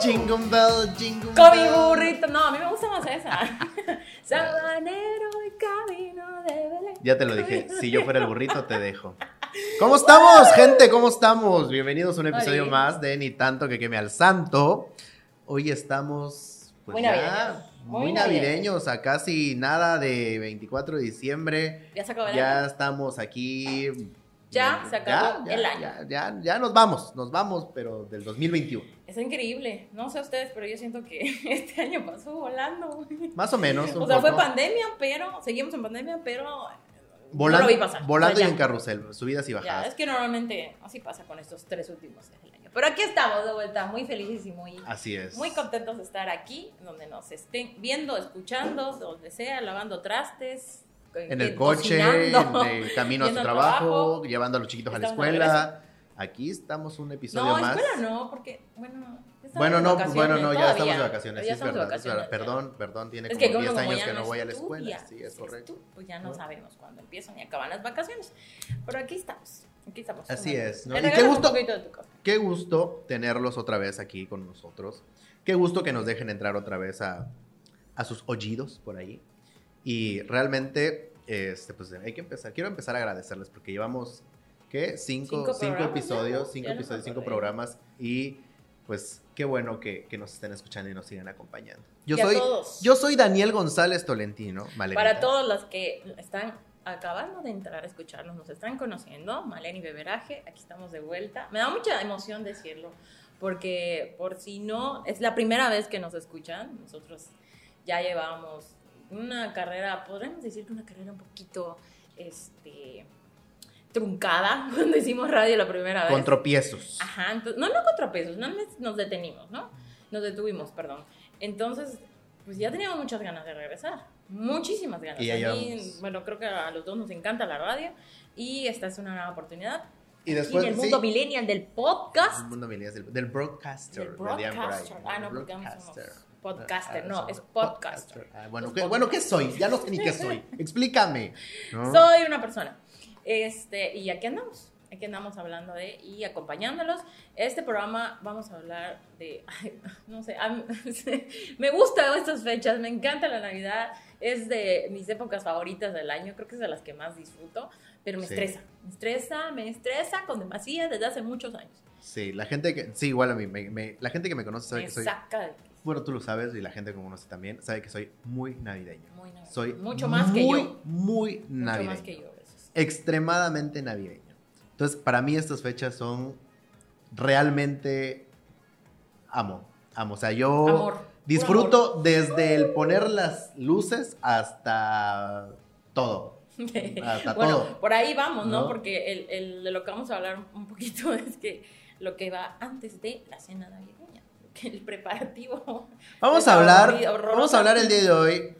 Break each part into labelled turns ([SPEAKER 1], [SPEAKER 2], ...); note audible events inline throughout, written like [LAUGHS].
[SPEAKER 1] Jingle bell, jingle
[SPEAKER 2] Con mi
[SPEAKER 1] bell.
[SPEAKER 2] burrito. No, a mí me gusta más esa. [LAUGHS] Sabanero y camino de Belén.
[SPEAKER 1] Ya te lo
[SPEAKER 2] [LAUGHS]
[SPEAKER 1] dije, si yo fuera el burrito te dejo. ¿Cómo estamos, gente? ¿Cómo estamos? Bienvenidos a un episodio
[SPEAKER 2] Oli.
[SPEAKER 1] más de Ni tanto que queme al santo. Hoy estamos pues,
[SPEAKER 2] Muy
[SPEAKER 1] ya
[SPEAKER 2] navideños.
[SPEAKER 1] muy,
[SPEAKER 2] Muy
[SPEAKER 1] navideños, a casi nada de 24 de diciembre.
[SPEAKER 2] Ya se acabó el
[SPEAKER 1] Ya
[SPEAKER 2] año.
[SPEAKER 1] estamos aquí.
[SPEAKER 2] Ya se acabó el año.
[SPEAKER 1] Ya, ya, ya nos vamos, nos vamos, pero del 2021.
[SPEAKER 2] Es increíble. No sé ustedes, pero yo siento que [LAUGHS] este año pasó volando.
[SPEAKER 1] Más o menos. un
[SPEAKER 2] [LAUGHS] O sea, fue
[SPEAKER 1] poco.
[SPEAKER 2] pandemia, pero seguimos en pandemia, pero
[SPEAKER 1] Volando,
[SPEAKER 2] no lo vi pasar.
[SPEAKER 1] volando
[SPEAKER 2] O sea,
[SPEAKER 1] y en
[SPEAKER 2] ya.
[SPEAKER 1] carrusel, subidas y
[SPEAKER 2] Ya,
[SPEAKER 1] bajadas.
[SPEAKER 2] es que normalmente así pasa con estos tres últimos días del año. Pero aquí estamos de vuelta, muy felices y muy,
[SPEAKER 1] Así es.
[SPEAKER 2] muy contentos de estar aquí, donde nos estén viendo, escuchando, donde sea, lavando trastes. eh,
[SPEAKER 1] En el coche,
[SPEAKER 2] cocinando.
[SPEAKER 1] en el camino a tu
[SPEAKER 2] yendo al
[SPEAKER 1] trabajo,
[SPEAKER 2] trabajo.
[SPEAKER 1] llevando a los chiquitos a la
[SPEAKER 2] Estamos de
[SPEAKER 1] escuela. Aquí estamos un episodio
[SPEAKER 2] No,
[SPEAKER 1] más.
[SPEAKER 2] escuela no, porque, bueno, ya estamos
[SPEAKER 1] Bueno,
[SPEAKER 2] de
[SPEAKER 1] no,
[SPEAKER 2] vacaciones
[SPEAKER 1] bueno, no, ya estamos de
[SPEAKER 2] todavía.
[SPEAKER 1] vacaciones, sí,
[SPEAKER 2] Ya
[SPEAKER 1] es
[SPEAKER 2] estamos de
[SPEAKER 1] verdad, es verdad.
[SPEAKER 2] vacaciones, ya.
[SPEAKER 1] Perdón, perdón, tiene
[SPEAKER 2] Es
[SPEAKER 1] como
[SPEAKER 2] que como
[SPEAKER 1] 10
[SPEAKER 2] como
[SPEAKER 1] años
[SPEAKER 2] ya
[SPEAKER 1] que no voy a la
[SPEAKER 2] estudia,
[SPEAKER 1] escuela, sí, es
[SPEAKER 2] pues,
[SPEAKER 1] correcto.
[SPEAKER 2] tú, pues ya no
[SPEAKER 1] ¿No?
[SPEAKER 2] sabemos cuándo empiezan y acaban las vacaciones. Pero aquí estamos. Aquí estamos.
[SPEAKER 1] Así
[SPEAKER 2] Bueno,
[SPEAKER 1] es, ¿no?
[SPEAKER 2] te
[SPEAKER 1] Y qué
[SPEAKER 2] regalas un
[SPEAKER 1] gusto-
[SPEAKER 2] poquito de tu café.
[SPEAKER 1] Qué gusto tenerlos otra vez aquí con nosotros. Qué gusto que nos dejen entrar otra vez a, a sus oídos por ahí. Y realmente, este, pues hay que empezar. Quiero empezar a agradecerles porque llevamos, ¿qué? Cinco,
[SPEAKER 2] Cinco
[SPEAKER 1] cinco,
[SPEAKER 2] programas,
[SPEAKER 1] episodios,
[SPEAKER 2] ya,
[SPEAKER 1] cinco
[SPEAKER 2] ya no me
[SPEAKER 1] episodios, cinco
[SPEAKER 2] acordé.
[SPEAKER 1] programas. Y pues qué bueno que, que nos estén escuchando y nos sigan acompañando. Yo
[SPEAKER 2] Y a
[SPEAKER 1] soy,
[SPEAKER 2] todos.
[SPEAKER 1] yo soy Daniel González Tolentino, Malenita.
[SPEAKER 2] Para todos los que están acabando de entrar a escucharnos, nos están conociendo, Maleni Beberaje, aquí estamos de vuelta. Me da mucha emoción decirlo, porque por si no, es la primera vez que nos escuchan. Nosotros ya llevamos una carrera, podríamos decir que una carrera un poquito este, truncada [LAUGHS] cuando hicimos radio la primera vez.
[SPEAKER 1] Con tropiezos.
[SPEAKER 2] Ajá, entonces, no, no contrapesos, no nos, nos detenimos, ¿no? Nos detuvimos, perdón. Entonces, pues ya teníamos muchas ganas de regresar, muchísimas ganas.
[SPEAKER 1] Y ya
[SPEAKER 2] A mí,
[SPEAKER 1] llevamos.
[SPEAKER 2] bueno, creo que a los dos nos encanta la radio y esta es una nueva oportunidad.
[SPEAKER 1] Y
[SPEAKER 2] y en el
[SPEAKER 1] sí,
[SPEAKER 2] mundo millennial del
[SPEAKER 1] el
[SPEAKER 2] podcast,
[SPEAKER 1] mundo millennial, del, del broadcaster.
[SPEAKER 2] del
[SPEAKER 1] dirían por ahí,
[SPEAKER 2] broadcaster. Ah, no, porque ambos somos
[SPEAKER 1] broadcaster.
[SPEAKER 2] podcaster,
[SPEAKER 1] Ah,
[SPEAKER 2] no,
[SPEAKER 1] somos
[SPEAKER 2] es podcaster.
[SPEAKER 1] Ah, bueno,
[SPEAKER 2] Los
[SPEAKER 1] ¿qué,
[SPEAKER 2] pod-
[SPEAKER 1] bueno, ¿qué soy? Ya no sé ni qué
[SPEAKER 2] [LAUGHS]
[SPEAKER 1] soy. Explícame. ¿no?
[SPEAKER 2] Soy una persona. Este, y aquí andamos. Aquí andamos hablando de y acompañándolos. Este programa vamos a hablar de, [LAUGHS] ay, no sé, a mí- [LAUGHS] me gustan estas fechas, me encanta la Navidad, es de mis épocas favoritas del año, creo que es de las que más disfruto, pero me
[SPEAKER 1] Sí.
[SPEAKER 2] estresa, me estresa, me estresa con demasía desde hace muchos años.
[SPEAKER 1] Sí, la gente que. Sí, igual a mí. me- me- la gente que me conoce sabe
[SPEAKER 2] Me
[SPEAKER 1] que soy.
[SPEAKER 2] saca de quicio.
[SPEAKER 1] Bueno, tú lo sabes y la gente que me conoce también sabe que soy muy navideño.
[SPEAKER 2] Muy navideño.
[SPEAKER 1] Soy
[SPEAKER 2] mucho más
[SPEAKER 1] muy,
[SPEAKER 2] que yo,
[SPEAKER 1] Muy
[SPEAKER 2] mucho
[SPEAKER 1] navideño.
[SPEAKER 2] más que yo. a veces.
[SPEAKER 1] Extremadamente navideño. Entonces, para mí estas fechas son realmente. Amo. Amo. O sea, yo.
[SPEAKER 2] Amor. puro amor.
[SPEAKER 1] Oh, Disfruto desde el poner las luces hasta todo. Hasta
[SPEAKER 2] bueno,
[SPEAKER 1] todo.
[SPEAKER 2] por ahí vamos, ¿no?
[SPEAKER 1] ¿No?
[SPEAKER 2] Porque el, el- de lo que vamos a hablar un poquito [LAUGHS] es que lo que va antes de la cena navideña, que el preparativo.
[SPEAKER 1] Vamos a
[SPEAKER 2] Está
[SPEAKER 1] hablar,
[SPEAKER 2] aburrido, horroroso.
[SPEAKER 1] vamos a hablar el día de hoy.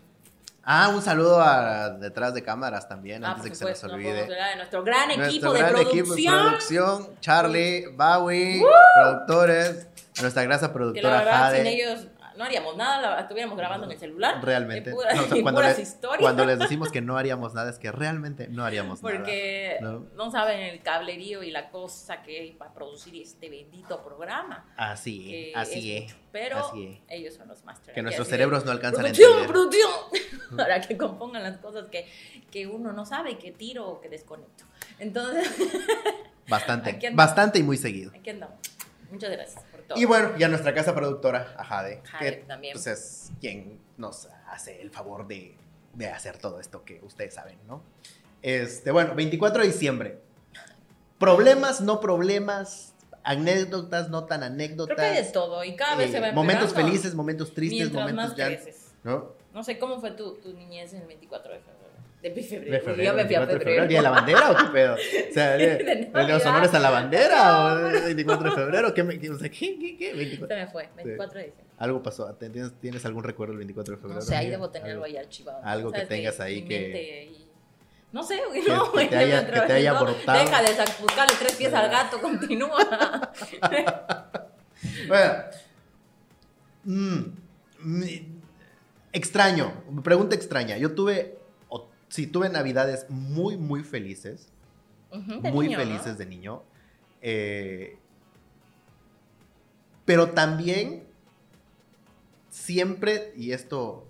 [SPEAKER 1] Ah, un saludo a detrás de cámaras también,
[SPEAKER 2] Ah,
[SPEAKER 1] antes de
[SPEAKER 2] por
[SPEAKER 1] que se nos
[SPEAKER 2] supuesto, no podemos
[SPEAKER 1] olvide.
[SPEAKER 2] hablar de nuestro gran equipo
[SPEAKER 1] Nuestro
[SPEAKER 2] de
[SPEAKER 1] gran equipo
[SPEAKER 2] producción.
[SPEAKER 1] de producción, Charlie, Bowie, productores, nuestra grasa
[SPEAKER 2] que la
[SPEAKER 1] productora
[SPEAKER 2] verdad,
[SPEAKER 1] Jade.
[SPEAKER 2] sin ellos no haríamos nada, la- estuviéramos grabando en el celular.
[SPEAKER 1] Realmente.
[SPEAKER 2] Y pura- [LAUGHS]
[SPEAKER 1] O sea,
[SPEAKER 2] y
[SPEAKER 1] cuando,
[SPEAKER 2] puras
[SPEAKER 1] le-
[SPEAKER 2] historias.
[SPEAKER 1] cuando
[SPEAKER 2] [LAUGHS]
[SPEAKER 1] les decimos que no haríamos nada, es que realmente no haríamos nada.
[SPEAKER 2] Porque
[SPEAKER 1] nada,
[SPEAKER 2] no. saben el cablerío y la cosa que hay para producir este bendito programa.
[SPEAKER 1] Así,
[SPEAKER 2] que
[SPEAKER 1] así es.
[SPEAKER 2] mucho. Pero
[SPEAKER 1] así es.
[SPEAKER 2] ellos son los masters.
[SPEAKER 1] Que
[SPEAKER 2] Así
[SPEAKER 1] nuestros
[SPEAKER 2] es.
[SPEAKER 1] cerebros no alcanzan a
[SPEAKER 2] producción,
[SPEAKER 1] entender.
[SPEAKER 2] producción, para que compongan las cosas que, que uno no sabe, que tiro o que desconecto. Entonces, [LAUGHS] Aquí
[SPEAKER 1] Bastante,
[SPEAKER 2] andamos.
[SPEAKER 1] bastante y muy seguido.
[SPEAKER 2] aquí andamos. Muchas gracias por todo.
[SPEAKER 1] Y bueno, ya nuestra casa productora, a Jade,
[SPEAKER 2] Jade
[SPEAKER 1] que
[SPEAKER 2] también.
[SPEAKER 1] pues, es quien nos hace el favor de, de hacer todo esto que ustedes saben, ¿no? Este, bueno, 24 de diciembre. Problemas, no problemas, anécdotas, no tan anécdotas.
[SPEAKER 2] Creo que hay de todo y cada vez
[SPEAKER 1] eh,
[SPEAKER 2] se va
[SPEAKER 1] momentos
[SPEAKER 2] empeorando.
[SPEAKER 1] felices, momentos tristes,
[SPEAKER 2] Mientras
[SPEAKER 1] momentos
[SPEAKER 2] más
[SPEAKER 1] ya,
[SPEAKER 2] creces.
[SPEAKER 1] ¿no?
[SPEAKER 2] No sé cómo fue tu, tu niñez en el 24 de febrero. De febrero.
[SPEAKER 1] De
[SPEAKER 2] Yo
[SPEAKER 1] febrero,
[SPEAKER 2] me fui a
[SPEAKER 1] 24 de
[SPEAKER 2] febrero.
[SPEAKER 1] febrero, ¿Día de la bandera o qué
[SPEAKER 2] [LAUGHS]
[SPEAKER 1] pedo? O sea,
[SPEAKER 2] De
[SPEAKER 1] ¿de
[SPEAKER 2] Navidad.
[SPEAKER 1] los honores a la
[SPEAKER 2] [LAUGHS]
[SPEAKER 1] bandera o el 24 de febrero? ¿Qué, me- qué- o sea, ¿qué, qué, qué? 24.
[SPEAKER 2] Se me fue, 24 de diciembre.
[SPEAKER 1] Algo pasó. ¿Te- ¿Tienes, ¿Tienes algún recuerdo del 24 de febrero?
[SPEAKER 2] No sé, ahí
[SPEAKER 1] amiga?
[SPEAKER 2] debo tener algo ahí archivado.
[SPEAKER 1] algo que
[SPEAKER 2] ¿Sabes?
[SPEAKER 1] tengas ahí
[SPEAKER 2] mi
[SPEAKER 1] que-
[SPEAKER 2] mente ahí- No sé, güey,
[SPEAKER 1] que-
[SPEAKER 2] no,
[SPEAKER 1] que
[SPEAKER 2] güey,
[SPEAKER 1] te
[SPEAKER 2] no me
[SPEAKER 1] haya- que te
[SPEAKER 2] atrevo.
[SPEAKER 1] haya
[SPEAKER 2] No,
[SPEAKER 1] abortado.
[SPEAKER 2] Deja de sac- buscarle tres pies al gato, continúa.
[SPEAKER 1] Bueno. Mm, mm, extraño. Pregunta extraña. Yo tuve, o, sí, tuve navidades muy, muy felices.
[SPEAKER 2] Ujú, de
[SPEAKER 1] muy
[SPEAKER 2] niño, ¿no?
[SPEAKER 1] felices de niño. Eh, pero también siempre, y esto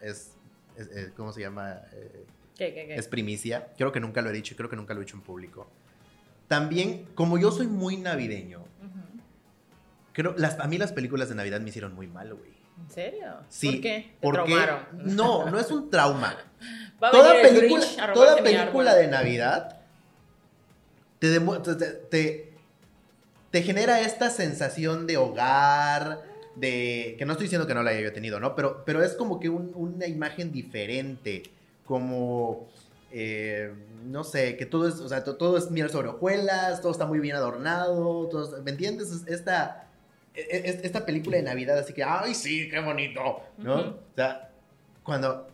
[SPEAKER 1] es, es- es- ¿cómo se llama? Eh,
[SPEAKER 2] ¿Qué, qué, qué?
[SPEAKER 1] es primicia. Creo que nunca lo he dicho y creo que nunca lo he dicho en público. También, como yo soy muy navideño,
[SPEAKER 2] Ujú.
[SPEAKER 1] creo, las, a mí las películas de Navidad me hicieron muy mal, güey.
[SPEAKER 2] ¿En serio?
[SPEAKER 1] Sí,
[SPEAKER 2] ¿Por qué? ¿Te
[SPEAKER 1] porque-
[SPEAKER 2] traumaron?
[SPEAKER 1] No, no es un trauma.
[SPEAKER 2] [LAUGHS] Va a
[SPEAKER 1] toda
[SPEAKER 2] venir el
[SPEAKER 1] película,
[SPEAKER 2] Grinch a
[SPEAKER 1] toda
[SPEAKER 2] robarte mi
[SPEAKER 1] película
[SPEAKER 2] árbol.
[SPEAKER 1] de Navidad te, demu- te, te- te- te genera esta sensación de hogar, de... Que no estoy diciendo que no la haya yo tenido, ¿no? Pero, pero es como que un- una imagen diferente, como... eh, no sé, que todo es, o sea, to- todo es miel sobre hojuelas, todo está muy bien adornado, todo es- ¿me entiendes? Es- Esta, e- e- esta película de Navidad, así que, ay, sí, qué bonito, ¿no?
[SPEAKER 2] Ujú.
[SPEAKER 1] O sea, cuando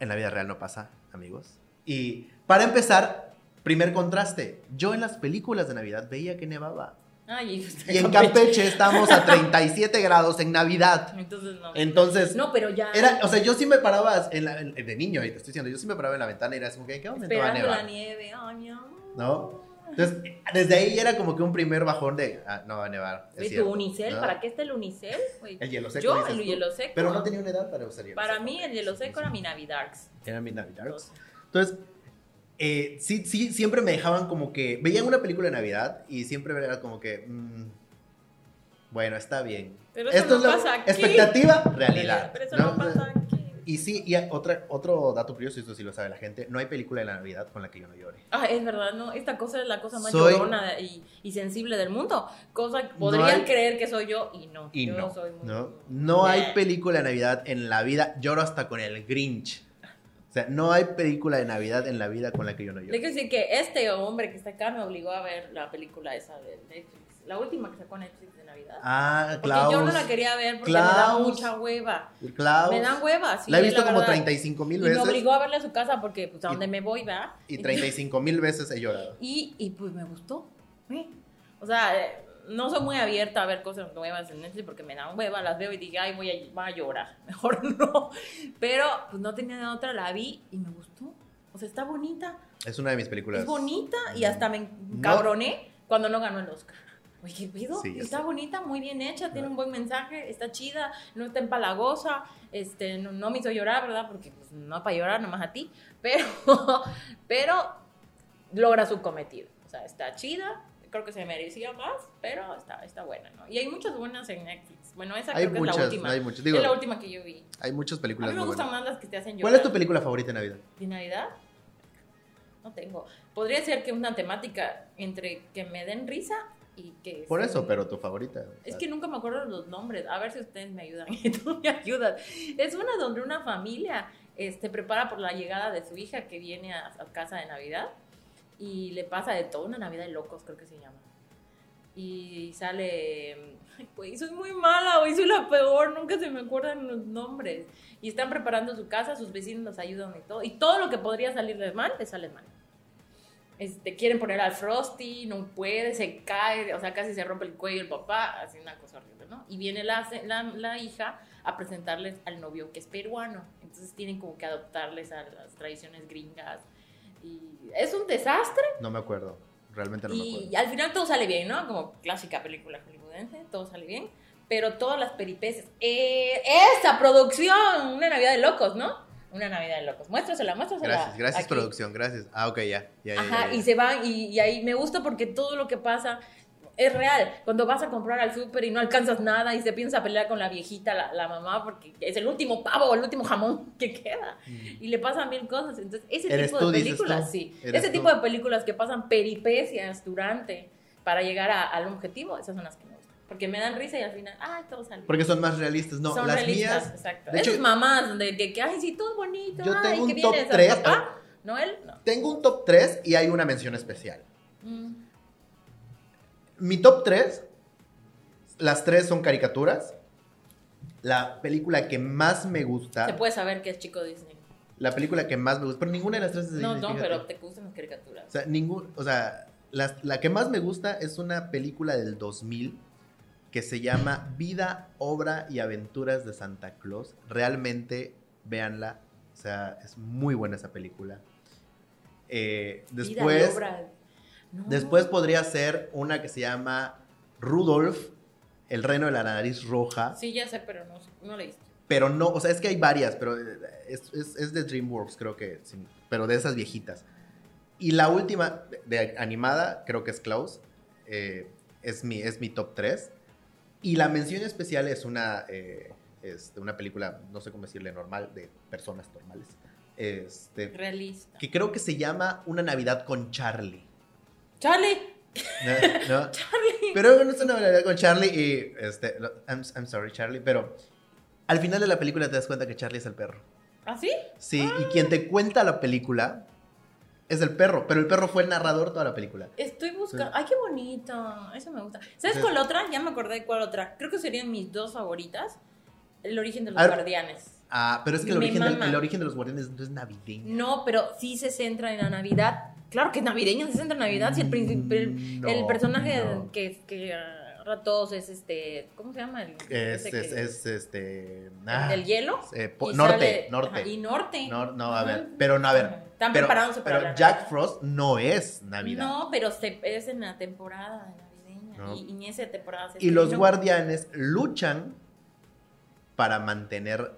[SPEAKER 1] en la vida real no pasa, amigos. Y para empezar, primer contraste, yo en las películas de Navidad veía que nevaba.
[SPEAKER 2] Ay, está
[SPEAKER 1] Y en
[SPEAKER 2] Campeche.
[SPEAKER 1] Campeche estamos a 37 grados en Navidad.
[SPEAKER 2] Entonces no.
[SPEAKER 1] Entonces,
[SPEAKER 2] no, pero ya.
[SPEAKER 1] era, o sea, yo sí me paraba en la- en- de niño, y te estoy diciendo, yo sí me paraba en la ventana y era así como que, ¿en qué momento va a
[SPEAKER 2] esperando la
[SPEAKER 1] nevar?
[SPEAKER 2] nieve. Ay, mi amor.
[SPEAKER 1] ¿No? Entonces, desde ahí era como que un primer bajón de, ah, no va a nevar. es
[SPEAKER 2] Ve tu
[SPEAKER 1] cierto,
[SPEAKER 2] unicel,
[SPEAKER 1] ¿no?
[SPEAKER 2] ¿para qué está el unicel? güey?
[SPEAKER 1] El hielo seco.
[SPEAKER 2] Yo,
[SPEAKER 1] dices
[SPEAKER 2] el
[SPEAKER 1] tú.
[SPEAKER 2] hielo seco.
[SPEAKER 1] Pero no tenía una edad para usar hielo
[SPEAKER 2] Para
[SPEAKER 1] seco.
[SPEAKER 2] mí, el hielo seco era mi Navidarks.
[SPEAKER 1] Era mi Navidad.
[SPEAKER 2] Entonces,
[SPEAKER 1] Entonces, eh, sí, sí, siempre me dejaban como que. Veían una película de Navidad y siempre era como que. mm, bueno, está bien.
[SPEAKER 2] Pero eso no
[SPEAKER 1] la-
[SPEAKER 2] pasa aquí.
[SPEAKER 1] Expectativa, realidad.
[SPEAKER 2] Pero eso
[SPEAKER 1] ¿no?
[SPEAKER 2] no pasa aquí.
[SPEAKER 1] Y sí, y otra, otro dato curioso, y esto sí lo sabe la gente: no hay película de la Navidad con la que yo no llore.
[SPEAKER 2] Ah, es verdad, no, esta cosa es la cosa más
[SPEAKER 1] Soy-
[SPEAKER 2] llorona y, y sensible del mundo. Cosa que
[SPEAKER 1] No
[SPEAKER 2] podrían
[SPEAKER 1] hay-
[SPEAKER 2] creer que soy yo y no.
[SPEAKER 1] Y
[SPEAKER 2] yo
[SPEAKER 1] no.
[SPEAKER 2] soy muy-
[SPEAKER 1] ¿no? No hay
[SPEAKER 2] Bleh.
[SPEAKER 1] película de Navidad en la vida. Lloro hasta con el Grinch. O sea, no hay película de Navidad en la vida con la que yo no
[SPEAKER 2] Le
[SPEAKER 1] llore.
[SPEAKER 2] quiero decir que este hombre que está acá me obligó a ver la película esa de Netflix, la última que sacó Netflix de Navidad.
[SPEAKER 1] Ah,
[SPEAKER 2] porque
[SPEAKER 1] Klaus.
[SPEAKER 2] yo no la quería ver porque
[SPEAKER 1] Klaus.
[SPEAKER 2] me da mucha hueva.
[SPEAKER 1] Klaus.
[SPEAKER 2] Me dan hueva, sí.
[SPEAKER 1] la he visto como
[SPEAKER 2] verdad.
[SPEAKER 1] 35
[SPEAKER 2] Y
[SPEAKER 1] mil
[SPEAKER 2] me
[SPEAKER 1] veces.
[SPEAKER 2] obligó a verla a su casa porque, pues, a
[SPEAKER 1] Y-
[SPEAKER 2] donde me voy, va.
[SPEAKER 1] Y 35 mil veces he llorado.
[SPEAKER 2] Y, y, pues me gustó. ¿eh? O sea, eh, no soy muy abierta a ver cosas nuevas en Netflix porque me dan hueva, las veo y dije, ay, voy a, va a llorar. [LAUGHS] Mejor no. Pero pues no tenía de otra, la vi y me gustó. O sea, está bonita,
[SPEAKER 1] Es una de mis películas.
[SPEAKER 2] es bonita y hasta me
[SPEAKER 1] No.
[SPEAKER 2] encabroné cuando no ganó el Oscar. Oye, ¿qué pedo?
[SPEAKER 1] Sí, ya
[SPEAKER 2] está
[SPEAKER 1] sé.
[SPEAKER 2] bonita, muy bien hecha, tiene
[SPEAKER 1] No.
[SPEAKER 2] un buen mensaje, está chida, no está empalagosa, este, no, no me hizo llorar, ¿verdad? Porque pues, no para llorar, nomás a ti, [LAUGHS] pero, pero logra su cometido. O sea, está chida, creo que se merecía más, pero está, está buena, ¿no? Y hay muchas buenas en Netflix. Bueno, esa
[SPEAKER 1] Hay
[SPEAKER 2] creo que
[SPEAKER 1] muchas,
[SPEAKER 2] es la última.
[SPEAKER 1] hay muchas. Digo,
[SPEAKER 2] es la última que yo vi.
[SPEAKER 1] hay muchas
[SPEAKER 2] A
[SPEAKER 1] películas.
[SPEAKER 2] mí me
[SPEAKER 1] muy
[SPEAKER 2] gustan
[SPEAKER 1] buenas.
[SPEAKER 2] más las que te hacen llorar.
[SPEAKER 1] ¿Cuál es tu película favorita de Navidad?
[SPEAKER 2] ¿De Navidad? No tengo. Podría ser que una temática entre que me den risa y que...
[SPEAKER 1] Por
[SPEAKER 2] se-
[SPEAKER 1] eso, pero tu favorita. o sea,
[SPEAKER 2] Es que nunca me acuerdo los nombres. A ver si ustedes me ayudan. y [LAUGHS] Tú me ayudas. Es una donde una familia este, prepara por la llegada de su hija que viene a, a casa de Navidad y le pasa de todo. Una Navidad de locos, creo que se llama. Y sale. Ay, güey, soy muy mala, hoy soy la peor. Nunca se me acuerdan los nombres. Y están preparando su casa, sus vecinos los ayudan y todo. Y todo lo que podría salirles mal, les sale mal. Este, quieren poner al Frosty, no puede, se cae, o sea, casi se rompe el cuello el papá, así una cosa horrible, ¿no? Y viene la, se- la, la hija a presentarles al novio que es peruano, entonces tienen como que adoptarles a las tradiciones gringas. Y es un desastre
[SPEAKER 1] No me acuerdo. Realmente no me
[SPEAKER 2] y,
[SPEAKER 1] acuerdo.
[SPEAKER 2] al final todo sale bien, ¿no? Como clásica película hollywoodense, todo sale bien, pero todas las peripecias, eh, esa producción, una Navidad de locos, ¿no? Una Navidad de locos, muéstrasela, muéstrasela.
[SPEAKER 1] Gracias, gracias
[SPEAKER 2] aquí.
[SPEAKER 1] producción, gracias. Ah, ok, ya. ya, ya,
[SPEAKER 2] Ajá,
[SPEAKER 1] ya,
[SPEAKER 2] y
[SPEAKER 1] ya.
[SPEAKER 2] se van, y, y ahí me gusta porque todo lo que pasa es real. Cuando vas a comprar al súper y no alcanzas nada y se piensa pelear con la viejita, la, la mamá, porque es el último pavo o el último jamón que queda.
[SPEAKER 1] Mm.
[SPEAKER 2] Y le pasan mil cosas. Entonces, ese
[SPEAKER 1] Eres
[SPEAKER 2] tipo
[SPEAKER 1] tú,
[SPEAKER 2] de
[SPEAKER 1] dices
[SPEAKER 2] películas,
[SPEAKER 1] tú.
[SPEAKER 2] sí.
[SPEAKER 1] Eres
[SPEAKER 2] Ese
[SPEAKER 1] tú.
[SPEAKER 2] tipo de películas que pasan peripecias durante para llegar a- al objetivo, esas son las que me gustan. Porque me dan risa y al final, ay, todo salió.
[SPEAKER 1] Porque son más realistas. No,
[SPEAKER 2] son
[SPEAKER 1] las
[SPEAKER 2] realistas,
[SPEAKER 1] mías.
[SPEAKER 2] exacto.
[SPEAKER 1] de
[SPEAKER 2] Esas
[SPEAKER 1] hecho-
[SPEAKER 2] mamás de que, que, ay, sí, todo es bonito.
[SPEAKER 1] Yo
[SPEAKER 2] ay,
[SPEAKER 1] tengo
[SPEAKER 2] que
[SPEAKER 1] un top
[SPEAKER 2] vienes,
[SPEAKER 1] 3.
[SPEAKER 2] papá. Ah, Noel, no.
[SPEAKER 1] Tengo un top 3 y hay una mención especial.
[SPEAKER 2] Mm.
[SPEAKER 1] Mi top 3, las tres son caricaturas. La película que más me gusta.
[SPEAKER 2] Se puede saber que es chico Disney.
[SPEAKER 1] La película que más me gusta. Pero ninguna de las tres es de
[SPEAKER 2] No,
[SPEAKER 1] Disney,
[SPEAKER 2] no,
[SPEAKER 1] fíjate.
[SPEAKER 2] pero te gustan las
[SPEAKER 1] O
[SPEAKER 2] caricaturas.
[SPEAKER 1] sea, ningún, o sea las- la que más me gusta es una película del 2000 que se llama Vida, Obra y Aventuras de Santa Claus. Realmente, véanla. O sea, es muy buena esa película. Eh,
[SPEAKER 2] Vida
[SPEAKER 1] después,
[SPEAKER 2] y obra. No.
[SPEAKER 1] después podría ser una que se llama Rudolf, el reno de la nariz roja.
[SPEAKER 2] Sí, ya sé, pero no, no leíste.
[SPEAKER 1] Pero no, o sea, es que hay varias, pero eh, es, es- es de DreamWorks, creo que, sí, pero de esas viejitas. Y la última de animada, creo que es Klaus, eh, es, mi, es mi top 3. Y la mención especial es una, eh, este, una película, no sé cómo decirle, normal, de personas normales. Este,
[SPEAKER 2] Realista.
[SPEAKER 1] que creo que se llama Una Navidad con Charlie.
[SPEAKER 2] Charlie,
[SPEAKER 1] ¿No? ¿No?
[SPEAKER 2] Charlie.
[SPEAKER 1] Pero no es una Navidad con Charlie y este, lo- I'm, I'm sorry Charlie, pero al final de la película te das cuenta que Charlie es el perro.
[SPEAKER 2] ¿Así?
[SPEAKER 1] Sí, y quien te cuenta la película es el perro, pero el perro fue el narrador toda la película.
[SPEAKER 2] Estoy buscando.
[SPEAKER 1] Sí.
[SPEAKER 2] Ay, qué bonito. Eso me gusta. ¿Sabes
[SPEAKER 1] Sí.
[SPEAKER 2] cuál otra? Ya me acordé cuál otra. Creo que serían mis dos favoritas. El origen de los
[SPEAKER 1] A ver.
[SPEAKER 2] guardianes.
[SPEAKER 1] Ah, pero es que el
[SPEAKER 2] Mi
[SPEAKER 1] origen, del-
[SPEAKER 2] mamá.
[SPEAKER 1] el origen de los guardianes no es navideño.
[SPEAKER 2] No, pero sí se centra en la Navidad. Claro que es navideña, se centra en Navidad. Si el, princip- el,
[SPEAKER 1] Mm, No,
[SPEAKER 2] el personaje
[SPEAKER 1] no.
[SPEAKER 2] que, que agarra a todos es este. ¿Cómo se llama? El,
[SPEAKER 1] Es,
[SPEAKER 2] ese que-
[SPEAKER 1] es, es, este...
[SPEAKER 2] el
[SPEAKER 1] ah,
[SPEAKER 2] del hielo.
[SPEAKER 1] eh, po-
[SPEAKER 2] y
[SPEAKER 1] norte,
[SPEAKER 2] sale-
[SPEAKER 1] norte.
[SPEAKER 2] ajá, y norte.
[SPEAKER 1] Nor- no, a ver, pero no, a ver.
[SPEAKER 2] Están
[SPEAKER 1] pero,
[SPEAKER 2] preparándose para
[SPEAKER 1] pero
[SPEAKER 2] la
[SPEAKER 1] Jack
[SPEAKER 2] Navidad.
[SPEAKER 1] Frost no es Navidad.
[SPEAKER 2] No, pero se, es en la temporada navideña.
[SPEAKER 1] No.
[SPEAKER 2] Y, y en esa temporada se
[SPEAKER 1] Y los
[SPEAKER 2] estrenó.
[SPEAKER 1] guardianes luchan para mantener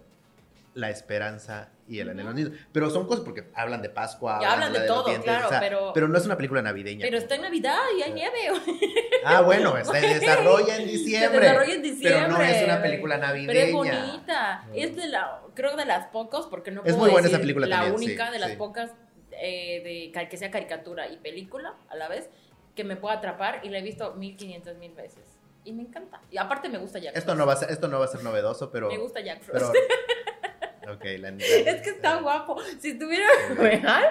[SPEAKER 1] la esperanza y el anhelo
[SPEAKER 2] Ujú.
[SPEAKER 1] unido. Pero son cosas porque hablan de Pascua,
[SPEAKER 2] Ya hablan de
[SPEAKER 1] los
[SPEAKER 2] todo, claro, pero-
[SPEAKER 1] no es una película navideña.
[SPEAKER 2] Pero está en Navidad y hay
[SPEAKER 1] Sí.
[SPEAKER 2] nieve. [LAUGHS]
[SPEAKER 1] Ah, bueno, se desarrolla en diciembre.
[SPEAKER 2] desarrolla en diciembre,
[SPEAKER 1] Pero no es una
[SPEAKER 2] güey.
[SPEAKER 1] película navideña.
[SPEAKER 2] Pero es bonita.
[SPEAKER 1] Mm.
[SPEAKER 2] Es de la, creo de las pocos, porque no
[SPEAKER 1] Es
[SPEAKER 2] puedo
[SPEAKER 1] muy buena
[SPEAKER 2] decir
[SPEAKER 1] esa película
[SPEAKER 2] la
[SPEAKER 1] también,
[SPEAKER 2] única
[SPEAKER 1] sí,
[SPEAKER 2] de las
[SPEAKER 1] sí.
[SPEAKER 2] pocas eh, de ca- que sea caricatura y película a la vez que me pueda atrapar y la he visto 1500 mil veces. Y me encanta. Y aparte me gusta Jack
[SPEAKER 1] Esto
[SPEAKER 2] Frost.
[SPEAKER 1] no va a ser, esto no va a ser novedoso, pero.
[SPEAKER 2] Me gusta Jack Frost. [LAUGHS]
[SPEAKER 1] pero eh. Ok, la, la-
[SPEAKER 2] es que está guapo. Si estuviera [LAUGHS] real.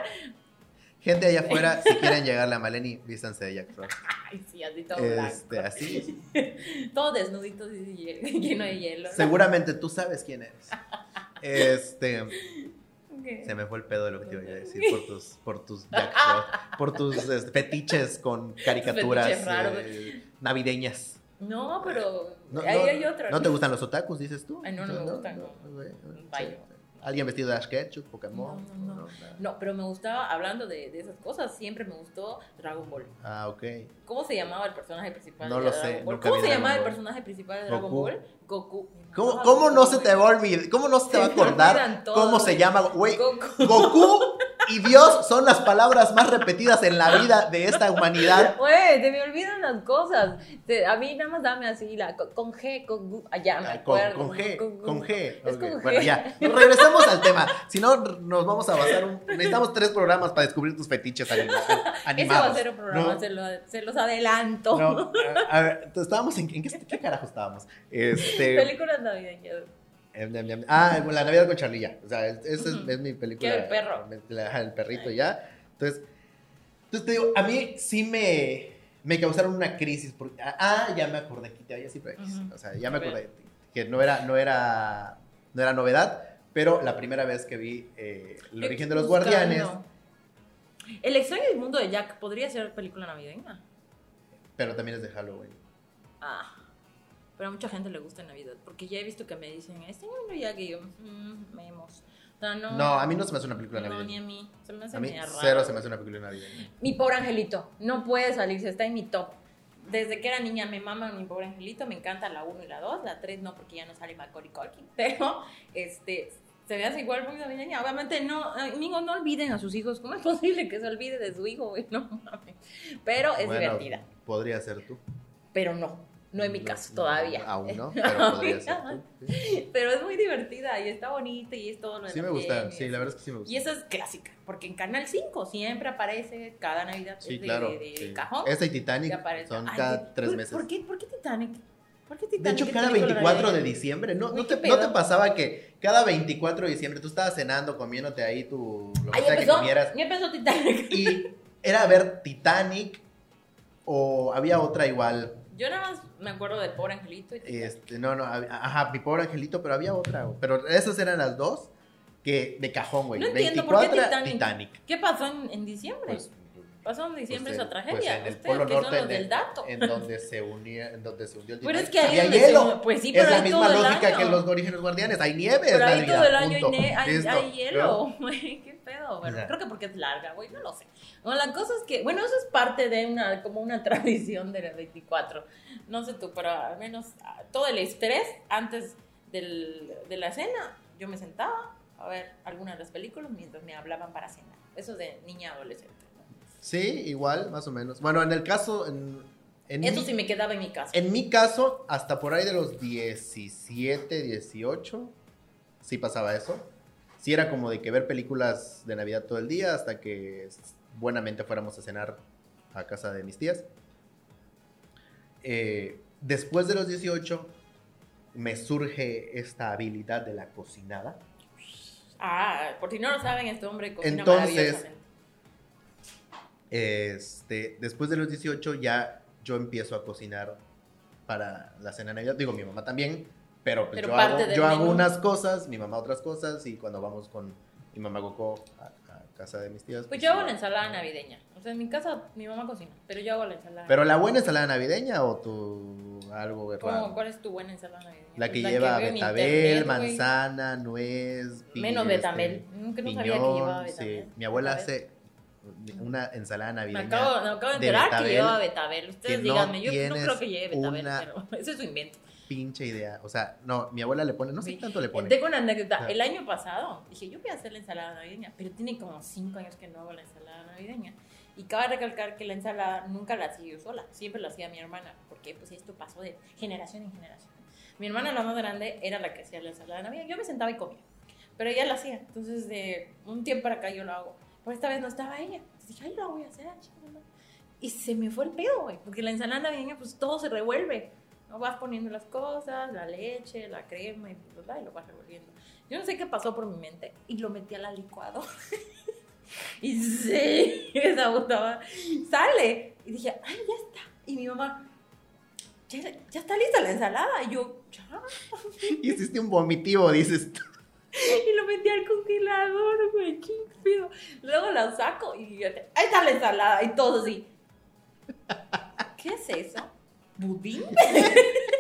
[SPEAKER 1] Gente allá afuera, si quieren llegar a Maleni, vístanse de Jack Frost.
[SPEAKER 2] Ay, sí, así todo
[SPEAKER 1] Este,
[SPEAKER 2] blanco.
[SPEAKER 1] así.
[SPEAKER 2] Todo desnudito, sí, sí, hiel- [LAUGHS] lleno de hielo.
[SPEAKER 1] Seguramente tú sabes quién eres. Este.
[SPEAKER 2] Ok.
[SPEAKER 1] Se me fue el pedo de lo que te iba a decir por tus, por tus Jack Frost, por tus este, fetiches con caricaturas
[SPEAKER 2] Fetiches raros.
[SPEAKER 1] eh, navideñas.
[SPEAKER 2] No, pero
[SPEAKER 1] No,
[SPEAKER 2] ahí
[SPEAKER 1] no,
[SPEAKER 2] hay otra.
[SPEAKER 1] ¿No te gustan los otakus, dices tú?
[SPEAKER 2] Ay, no, no me gustan, no.
[SPEAKER 1] güey, güey,
[SPEAKER 2] Vaya.
[SPEAKER 1] eh, sí, sí. ¿Alguien vestido de Ash Ketchum, Pokémon?
[SPEAKER 2] No, no, no.
[SPEAKER 1] nada.
[SPEAKER 2] No, pero me gustaba, hablando de, de esas cosas, siempre me gustó Dragon Ball.
[SPEAKER 1] Ah, ok.
[SPEAKER 2] ¿Cómo se llamaba el personaje principal
[SPEAKER 1] No
[SPEAKER 2] de
[SPEAKER 1] lo
[SPEAKER 2] Dragon
[SPEAKER 1] sé,
[SPEAKER 2] Ball?
[SPEAKER 1] nunca vi
[SPEAKER 2] ¿Cómo se
[SPEAKER 1] Dragon
[SPEAKER 2] llamaba el
[SPEAKER 1] Ball.
[SPEAKER 2] personaje principal de
[SPEAKER 1] Goku.
[SPEAKER 2] Dragon Ball? Goku.
[SPEAKER 1] ¿Cómo,
[SPEAKER 2] Ah,
[SPEAKER 1] cómo no
[SPEAKER 2] Goku,
[SPEAKER 1] se te
[SPEAKER 2] güey.
[SPEAKER 1] va a olvidar? ¿Cómo no se te va a
[SPEAKER 2] Se me
[SPEAKER 1] acordar?
[SPEAKER 2] olvidan todos.
[SPEAKER 1] ¿Cómo se llama? Güey,
[SPEAKER 2] Goku.
[SPEAKER 1] Goku y Dios son las palabras más repetidas en la vida de esta humanidad.
[SPEAKER 2] Güey, se me olvidan las cosas. Te- a mí nada más dame así la co- con G, con Gu. Allá me
[SPEAKER 1] Ah, Con,
[SPEAKER 2] acuerdo.
[SPEAKER 1] con G,
[SPEAKER 2] Con Gu.
[SPEAKER 1] con G.
[SPEAKER 2] Es
[SPEAKER 1] ok,
[SPEAKER 2] con G.
[SPEAKER 1] Bueno, ya. Regresemos al tema. Si no, nos vamos a basar un. Necesitamos tres programas para descubrir tus fetiches anima-
[SPEAKER 2] [LAUGHS] Ese va
[SPEAKER 1] animados.
[SPEAKER 2] a ser un programa,
[SPEAKER 1] No,
[SPEAKER 2] se, lo- se los adelanto. [LAUGHS]
[SPEAKER 1] no, a a ver, entonces, estábamos en. ¿En qué, qué carajo estábamos? Este.
[SPEAKER 2] Películas navideñas.
[SPEAKER 1] em, em, em, ah, la Navidad con Charlie ya. O sea, es- esa es,
[SPEAKER 2] Ujú.
[SPEAKER 1] es mi película.
[SPEAKER 2] Que el perro.
[SPEAKER 1] la- ajá, el perrito ya. Entonces, entonces te digo, a mí sí me. Me causaron una crisis. Porque, ah, ya me acordé. que Ya, ya sí, pero,
[SPEAKER 2] Ujú.
[SPEAKER 1] O sea, ya me
[SPEAKER 2] A ver.
[SPEAKER 1] acordé que no era, no era, no era novedad, pero la primera vez que vi eh, el origen de los
[SPEAKER 2] Buscando.
[SPEAKER 1] guardianes,
[SPEAKER 2] El extraño mundo de Jack podría ser película navideña.
[SPEAKER 1] pero también es de Halloween.
[SPEAKER 2] Ah, pero a mucha gente le gusta en Navidad, porque ya he visto que me dicen, este mundo ya que yo, "Mm, memos. O sea, no,
[SPEAKER 1] No, a mí no se me hace una película
[SPEAKER 2] no, ni a
[SPEAKER 1] navideña.
[SPEAKER 2] mí. Se me hace
[SPEAKER 1] A mí
[SPEAKER 2] media raro.
[SPEAKER 1] cero se me hace una película navideña.
[SPEAKER 2] Mi pobre angelito, no puede salirse, está en mi top. Desde que era niña me mama mi pobre angelito, me encanta la 1 y la 2, la 3 no porque ya no sale Macaulay Culkin, [LAUGHS] pero este se me hace igual muy navideña. Obviamente no, amigos, no olviden a sus hijos, ¿cómo es [LAUGHS] posible que se olvide de su hijo? güey? No mames. Pero es
[SPEAKER 1] Bueno,
[SPEAKER 2] divertida,
[SPEAKER 1] Podría ser tú.
[SPEAKER 2] pero no, no es mi caso todavía.
[SPEAKER 1] Aún
[SPEAKER 2] [LAUGHS]
[SPEAKER 1] no, pero podría ser tú. Sí,
[SPEAKER 2] Pero es muy divertida y está bonita y es todo lo de
[SPEAKER 1] Sí me gusta, sí, la verdad es que sí me gusta.
[SPEAKER 2] Y esa es clásica, porque en Canal 5 siempre aparece cada Navidad
[SPEAKER 1] Sí,
[SPEAKER 2] es de,
[SPEAKER 1] claro.
[SPEAKER 2] de- de
[SPEAKER 1] sí.
[SPEAKER 2] cajón.
[SPEAKER 1] Esa y
[SPEAKER 2] que
[SPEAKER 1] Titanic
[SPEAKER 2] aparece.
[SPEAKER 1] son
[SPEAKER 2] Ay,
[SPEAKER 1] cada
[SPEAKER 2] ¿por-
[SPEAKER 1] tres
[SPEAKER 2] por-
[SPEAKER 1] meses.
[SPEAKER 2] ¿Por qué, por qué Titanic? ¿Por qué Titanic?
[SPEAKER 1] De hecho,
[SPEAKER 2] es
[SPEAKER 1] cada
[SPEAKER 2] película
[SPEAKER 1] 24 de
[SPEAKER 2] navideña?
[SPEAKER 1] diciembre, ¿no,
[SPEAKER 2] Uy,
[SPEAKER 1] ¿no, te,
[SPEAKER 2] qué
[SPEAKER 1] no
[SPEAKER 2] pedo.
[SPEAKER 1] te pasaba que cada 24 de diciembre tú estabas cenando, comiéndote ahí tu lo que
[SPEAKER 2] Ahí
[SPEAKER 1] sea que
[SPEAKER 2] empezó,
[SPEAKER 1] comieras?
[SPEAKER 2] ya empezó Titanic.
[SPEAKER 1] Y era ver Titanic o había otra igual.
[SPEAKER 2] Yo nada más me acuerdo de Pobre Angelito y Titanic.
[SPEAKER 1] Este, no, no, hab- ajá, mi pobre angelito, pero había otra. güey. Pero esas eran las dos que de cajón, güey.
[SPEAKER 2] No entiendo por qué Titanic.
[SPEAKER 1] Titanic.
[SPEAKER 2] ¿Qué pasó en, en diciembre?
[SPEAKER 1] Pues,
[SPEAKER 2] Pasó en diciembre
[SPEAKER 1] Usted-
[SPEAKER 2] esa tragedia.
[SPEAKER 1] Pues en el
[SPEAKER 2] ustedes,
[SPEAKER 1] Polo
[SPEAKER 2] que
[SPEAKER 1] Norte,
[SPEAKER 2] son los
[SPEAKER 1] en,
[SPEAKER 2] del
[SPEAKER 1] el-
[SPEAKER 2] dato.
[SPEAKER 1] en donde se unía, en donde se hundió el
[SPEAKER 2] Pero es
[SPEAKER 1] Titanic.
[SPEAKER 2] que ahí
[SPEAKER 1] Había
[SPEAKER 2] donde se-
[SPEAKER 1] hielo.
[SPEAKER 2] pues sí,
[SPEAKER 1] es
[SPEAKER 2] pero
[SPEAKER 1] la
[SPEAKER 2] ahí
[SPEAKER 1] misma
[SPEAKER 2] todo el
[SPEAKER 1] lógica
[SPEAKER 2] año.
[SPEAKER 1] que en los orígenes guardianes. Hay nieve, es
[SPEAKER 2] Pero
[SPEAKER 1] la
[SPEAKER 2] ahí
[SPEAKER 1] Navidad.
[SPEAKER 2] todo el año hay,
[SPEAKER 1] punto.
[SPEAKER 2] ne- hay-
[SPEAKER 1] Listo.
[SPEAKER 2] hay hielo,
[SPEAKER 1] Luego,
[SPEAKER 2] [LAUGHS] güey, qué pedo. Bueno,
[SPEAKER 1] Ya.
[SPEAKER 2] creo que porque es larga, güey, no lo sé. Bueno, la cosa es que, bueno, eso es parte de una, como una [LAUGHS] tradición de las 24. No sé tú, pero al menos ah, todo el estrés antes del- de la cena, yo me sentaba a ver alguna de las películas mientras me hablaban para cenar. Eso de niña adolescente. ¿no?
[SPEAKER 1] Sí, igual, más o menos. Bueno, en el caso, en, en
[SPEAKER 2] Eso
[SPEAKER 1] mi-
[SPEAKER 2] sí me quedaba en mi casa.
[SPEAKER 1] En mi caso, hasta por ahí de los 17, 18, sí pasaba eso. Sí era como de que ver películas de Navidad todo el día hasta que buenamente fuéramos a cenar a casa de mis tías. Eh, después de los 18, me surge esta habilidad de la cocinada.
[SPEAKER 2] Ah, por si no lo saben, este hombre cocina
[SPEAKER 1] Entonces,
[SPEAKER 2] maravillosamente.
[SPEAKER 1] Este, después de los 18 ya yo empiezo a cocinar para la cena de Navidad. Digo, mi mamá también, pero, pues
[SPEAKER 2] Pero
[SPEAKER 1] yo,
[SPEAKER 2] parte
[SPEAKER 1] hago,
[SPEAKER 2] del
[SPEAKER 1] yo hago
[SPEAKER 2] menú.
[SPEAKER 1] unas cosas, mi mamá otras cosas, y cuando vamos con mi mamá Coco a, a casa de mis tías.
[SPEAKER 2] Pues yo hago la ensalada navideña. O sea, en mi casa mi mamá cocina, pero yo hago la ensalada.
[SPEAKER 1] ¿Pero la buena ensalada navideña o tu algo
[SPEAKER 2] ¿Cómo?
[SPEAKER 1] raro?
[SPEAKER 2] ¿Cuál es tu buena ensalada navideña?
[SPEAKER 1] La que
[SPEAKER 2] Pues
[SPEAKER 1] lleva
[SPEAKER 2] veo en
[SPEAKER 1] betabel,
[SPEAKER 2] internet, güey.
[SPEAKER 1] manzana, nuez, pi-
[SPEAKER 2] Menos
[SPEAKER 1] este,
[SPEAKER 2] betabel. Nunca no sabía que
[SPEAKER 1] piñón,
[SPEAKER 2] llevaba
[SPEAKER 1] sí.
[SPEAKER 2] betabel.
[SPEAKER 1] Mi abuela
[SPEAKER 2] Betabel.
[SPEAKER 1] hace una ensalada
[SPEAKER 2] Me
[SPEAKER 1] navideña.
[SPEAKER 2] acabo, me acabo de
[SPEAKER 1] de
[SPEAKER 2] enterar que
[SPEAKER 1] betabel,
[SPEAKER 2] lleva betabel. Ustedes
[SPEAKER 1] que no
[SPEAKER 2] díganme, yo no
[SPEAKER 1] tienes
[SPEAKER 2] creo que lleve betabel,
[SPEAKER 1] una-
[SPEAKER 2] pero [LAUGHS] ese es su invento.
[SPEAKER 1] pinche idea. O sea, no, mi abuela le pone, no sé
[SPEAKER 2] Sí.
[SPEAKER 1] qué tanto le pone.
[SPEAKER 2] Tengo una anécdota.
[SPEAKER 1] Ajá.
[SPEAKER 2] El año pasado dije, yo voy a hacer la ensalada navideña, pero tiene como cinco años que no hago la ensalada navideña. Y cabe recalcar que la ensalada nunca la hacía yo sola, siempre la hacía mi hermana, porque pues esto pasó de generación en generación. Mi hermana, la más grande, era la que hacía la ensalada navideña. Yo me sentaba y comía, pero ella la hacía. Entonces, de un tiempo para acá yo lo hago. Pero esta vez no estaba ella. Entonces dije, ay, la voy a hacer, chingada". Y se me fue el pedo, güey, porque la ensalada navideña, pues todo se revuelve. ¿no? Vas poniendo las cosas, la leche, la crema y, bla, bla, y lo vas revolviendo. Yo no sé qué pasó por mi mente y lo metí a la licuadora. [LAUGHS] y sí, [LAUGHS] esa botaba. Sale. Y dije, ay, ya está. Y mi mamá, ya, ya está lista la ensalada. Y yo, ya.
[SPEAKER 1] Hiciste un vomitivo, dices. tú.
[SPEAKER 2] Y lo metí al congelador, güey, qué feo. Luego la saco y yo, ahí está la ensalada. Y todo así. ¿Qué es eso? ¿Budín? [LAUGHS]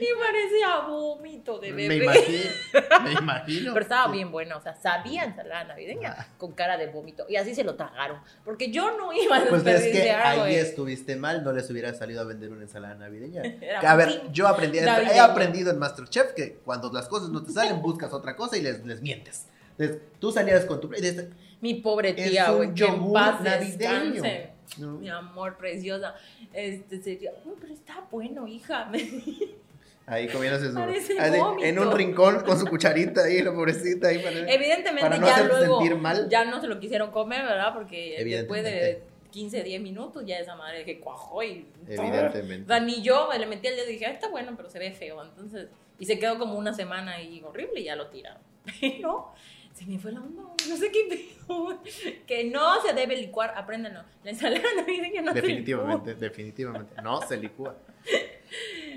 [SPEAKER 2] y parecía vómito de bebé.
[SPEAKER 1] Me imagino.
[SPEAKER 2] [LAUGHS]
[SPEAKER 1] Me imagino.
[SPEAKER 2] Pero estaba bien buena, o sea, sabía ensalada navideña
[SPEAKER 1] Ah.
[SPEAKER 2] con cara de vómito. Y así se lo tragaron. Porque yo no iba a
[SPEAKER 1] Pues es que
[SPEAKER 2] desperdiciar,
[SPEAKER 1] ahí
[SPEAKER 2] güey.
[SPEAKER 1] estuviste mal, no les hubiera salido a vender una ensalada
[SPEAKER 2] [LAUGHS]
[SPEAKER 1] navideña.
[SPEAKER 2] Era
[SPEAKER 1] A ver,
[SPEAKER 2] budín.
[SPEAKER 1] yo aprendí, he
[SPEAKER 2] Navideño.
[SPEAKER 1] aprendido en Masterchef que cuando las cosas no te salen, buscas otra cosa y les, les mientes. Entonces, tú salías con tu... y dices,
[SPEAKER 2] Mi pobre
[SPEAKER 1] Es
[SPEAKER 2] tía,
[SPEAKER 1] un
[SPEAKER 2] güey. Que en
[SPEAKER 1] yogur
[SPEAKER 2] paz
[SPEAKER 1] navideño.
[SPEAKER 2] descanse.
[SPEAKER 1] no.
[SPEAKER 2] Mi amor preciosa. Este sería, "Uy, pero está bueno, hija. [LAUGHS]
[SPEAKER 1] Ahí comiéndose su...
[SPEAKER 2] Parece
[SPEAKER 1] así,
[SPEAKER 2] vómito.
[SPEAKER 1] en un rincón con su cucharita ahí, la pobrecita ahí para...
[SPEAKER 2] Evidentemente,
[SPEAKER 1] Para no
[SPEAKER 2] ya
[SPEAKER 1] hacerte
[SPEAKER 2] luego
[SPEAKER 1] sentir mal.
[SPEAKER 2] ya no se lo quisieron comer, ¿verdad? Porque después de
[SPEAKER 1] Evidentemente.
[SPEAKER 2] 15, 10 minutos ya esa madre que cuajó y. O sea,
[SPEAKER 1] Evidentemente.
[SPEAKER 2] ni yo le metí el dedo y dije, "Ah, está bueno, pero se ve feo. Entonces, y se quedó como una semana ahí horrible y ya lo tiraron. [LAUGHS] Pero se me fue la onda, güey. no sé qué pedo. Que no se debe licuar, apréndanlo. La ensalada navideña [LAUGHS] no se
[SPEAKER 1] Definitivamente, definitivamente. No, se
[SPEAKER 2] [LAUGHS]
[SPEAKER 1] licúa.
[SPEAKER 2] licúa.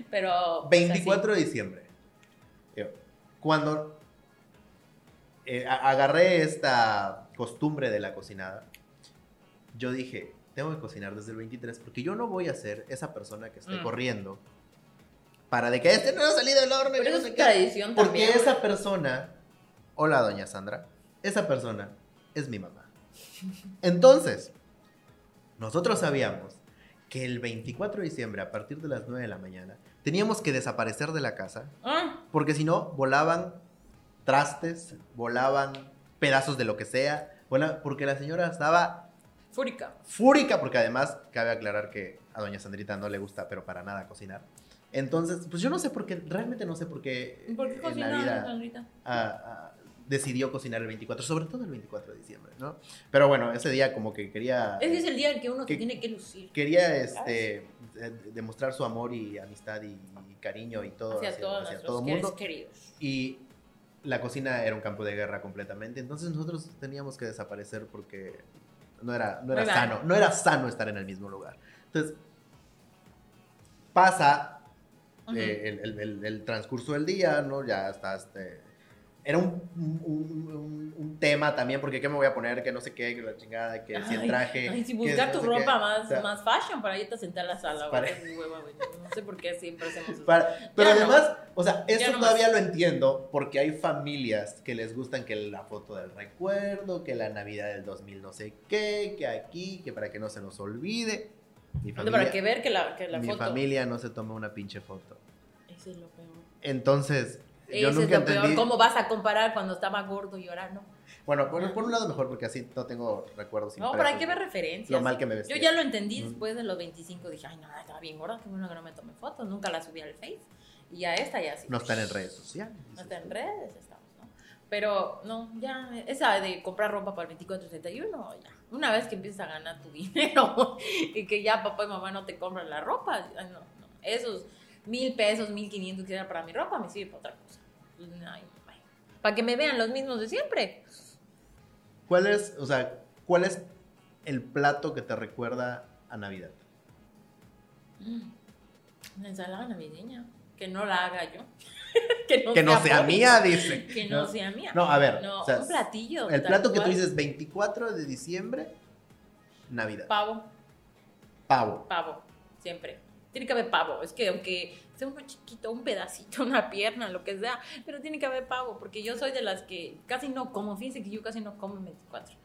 [SPEAKER 2] Pero. pues,
[SPEAKER 1] 24 de diciembre. Yo, Cuando eh, a- agarré esta costumbre de la cocinada, yo dije, tengo que cocinar desde el 23 porque yo no voy a ser esa persona que esté
[SPEAKER 2] Mm.
[SPEAKER 1] corriendo para de que este no ha salido del horno. y
[SPEAKER 2] así. Pero
[SPEAKER 1] no
[SPEAKER 2] eso
[SPEAKER 1] sé
[SPEAKER 2] es
[SPEAKER 1] qué".
[SPEAKER 2] tradición
[SPEAKER 1] Porque
[SPEAKER 2] también.
[SPEAKER 1] esa persona, hola doña Sandra, esa persona es mi mamá. Entonces, nosotros sabíamos que el 24 de diciembre, a partir de las 9 de la mañana, teníamos que desaparecer de la casa,
[SPEAKER 2] Ah,
[SPEAKER 1] porque si no, volaban trastes, volaban pedazos de lo que sea, vola- porque la señora estaba
[SPEAKER 2] fúrica.
[SPEAKER 1] fúrica, porque además cabe aclarar que a doña Sandrita no le gusta, pero para nada cocinar. Entonces, pues yo no sé por qué, realmente no sé por qué,
[SPEAKER 2] ¿Por qué
[SPEAKER 1] en la
[SPEAKER 2] cocina,
[SPEAKER 1] vida-
[SPEAKER 2] Sandrita?
[SPEAKER 1] a- a- decidió cocinar el 24, sobre todo el 24 de diciembre, ¿no? Pero bueno, ese día como que quería,
[SPEAKER 2] Ese es el día en que uno se
[SPEAKER 1] ¿Qué-
[SPEAKER 2] tiene que lucir.
[SPEAKER 1] quería este, de- demostrar su amor y amistad y, y cariño y todo
[SPEAKER 2] hacia
[SPEAKER 1] hacia,
[SPEAKER 2] todos
[SPEAKER 1] hacia
[SPEAKER 2] nuestros
[SPEAKER 1] todo el
[SPEAKER 2] seres
[SPEAKER 1] mundo.
[SPEAKER 2] queridos.
[SPEAKER 1] Y la cocina era un campo de guerra completamente, entonces nosotros teníamos que desaparecer porque no era, no era
[SPEAKER 2] Muy mal.
[SPEAKER 1] sano, no era sano estar en el mismo lugar. Entonces, pasa
[SPEAKER 2] Ujú.
[SPEAKER 1] eh, el, el- el- el transcurso del día, ¿no? Ya estás eh, era un, un- un- un- un tema también, porque qué me voy a poner, que no sé qué, que la chingada, que si el
[SPEAKER 2] Ay,
[SPEAKER 1] traje.
[SPEAKER 2] Ay, si
[SPEAKER 1] que
[SPEAKER 2] buscar
[SPEAKER 1] no
[SPEAKER 2] tu
[SPEAKER 1] sé qué.
[SPEAKER 2] ropa más,
[SPEAKER 1] O sea,
[SPEAKER 2] más fashion para irte a sentar a la sala, güey.
[SPEAKER 1] Para-
[SPEAKER 2] Es muy hueva, güey. No sé por qué siempre hacemos eso.
[SPEAKER 1] para- pero
[SPEAKER 2] Ya no.
[SPEAKER 1] además, o sea,
[SPEAKER 2] Ya
[SPEAKER 1] eso
[SPEAKER 2] no más.
[SPEAKER 1] todavía lo entiendo, porque hay familias que les gustan que la foto del recuerdo, que la Navidad del 2000 no sé qué, que aquí, que para que no se nos olvide. Mi
[SPEAKER 2] Entonces,
[SPEAKER 1] familia,
[SPEAKER 2] para que ver que la, que la
[SPEAKER 1] mi
[SPEAKER 2] foto.
[SPEAKER 1] familia no se toma una pinche foto.
[SPEAKER 2] Eso es lo peor.
[SPEAKER 1] Entonces, yo
[SPEAKER 2] Eso
[SPEAKER 1] nunca
[SPEAKER 2] es lo peor.
[SPEAKER 1] entendí.
[SPEAKER 2] ¿Cómo vas a comparar cuando estaba gordo y ahora no?
[SPEAKER 1] Bueno, por, por un lado mejor, porque así no tengo recuerdos.
[SPEAKER 2] No, pero hay
[SPEAKER 1] impresos
[SPEAKER 2] que ver
[SPEAKER 1] de
[SPEAKER 2] referencias.
[SPEAKER 1] Lo mal que me vestía.
[SPEAKER 2] Yo ya lo entendí
[SPEAKER 1] Ujú.
[SPEAKER 2] después de los 25. Dije, ay, no, estaba bien gorda, qué bueno que no me tomé fotos. Nunca la subí al Face. Y ya esta ya sí.
[SPEAKER 1] No están en redes sociales.
[SPEAKER 2] No está en redes, estamos, ¿no? Pero, no, ya, esa de comprar ropa para el 24-31, ya. Una vez que empiezas a ganar tu [LAUGHS] dinero y que ya papá y mamá no te compran la ropa, ay, no, no. Esos mil pesos, mil quinientos que era para mi ropa, me sirve para otra cosa. Pues, Ay, ay. Para que me vean los mismos de siempre.
[SPEAKER 1] ¿Cuál es, o sea, cuál es el plato que te recuerda a Navidad?
[SPEAKER 2] Mm. Una ensalada navideña. Que no la haga yo. [LAUGHS] que no
[SPEAKER 1] que no sea
[SPEAKER 2] por-
[SPEAKER 1] mía, dice.
[SPEAKER 2] Que no, sea mía.
[SPEAKER 1] No, a ver,
[SPEAKER 2] No,
[SPEAKER 1] o sea,
[SPEAKER 2] un platillo.
[SPEAKER 1] El
[SPEAKER 2] tal
[SPEAKER 1] plato que tú
[SPEAKER 2] cual.
[SPEAKER 1] dices 24 de diciembre, Navidad.
[SPEAKER 2] Pavo.
[SPEAKER 1] Pavo.
[SPEAKER 2] Pavo, siempre. Tiene que haber pavo. Es que aunque sea uno chiquito, un pedacito, [LAUGHS] una pierna, lo que sea, pero tiene que haber pavo, porque yo soy de las que casi no como. Fíjense que yo casi no como en 24.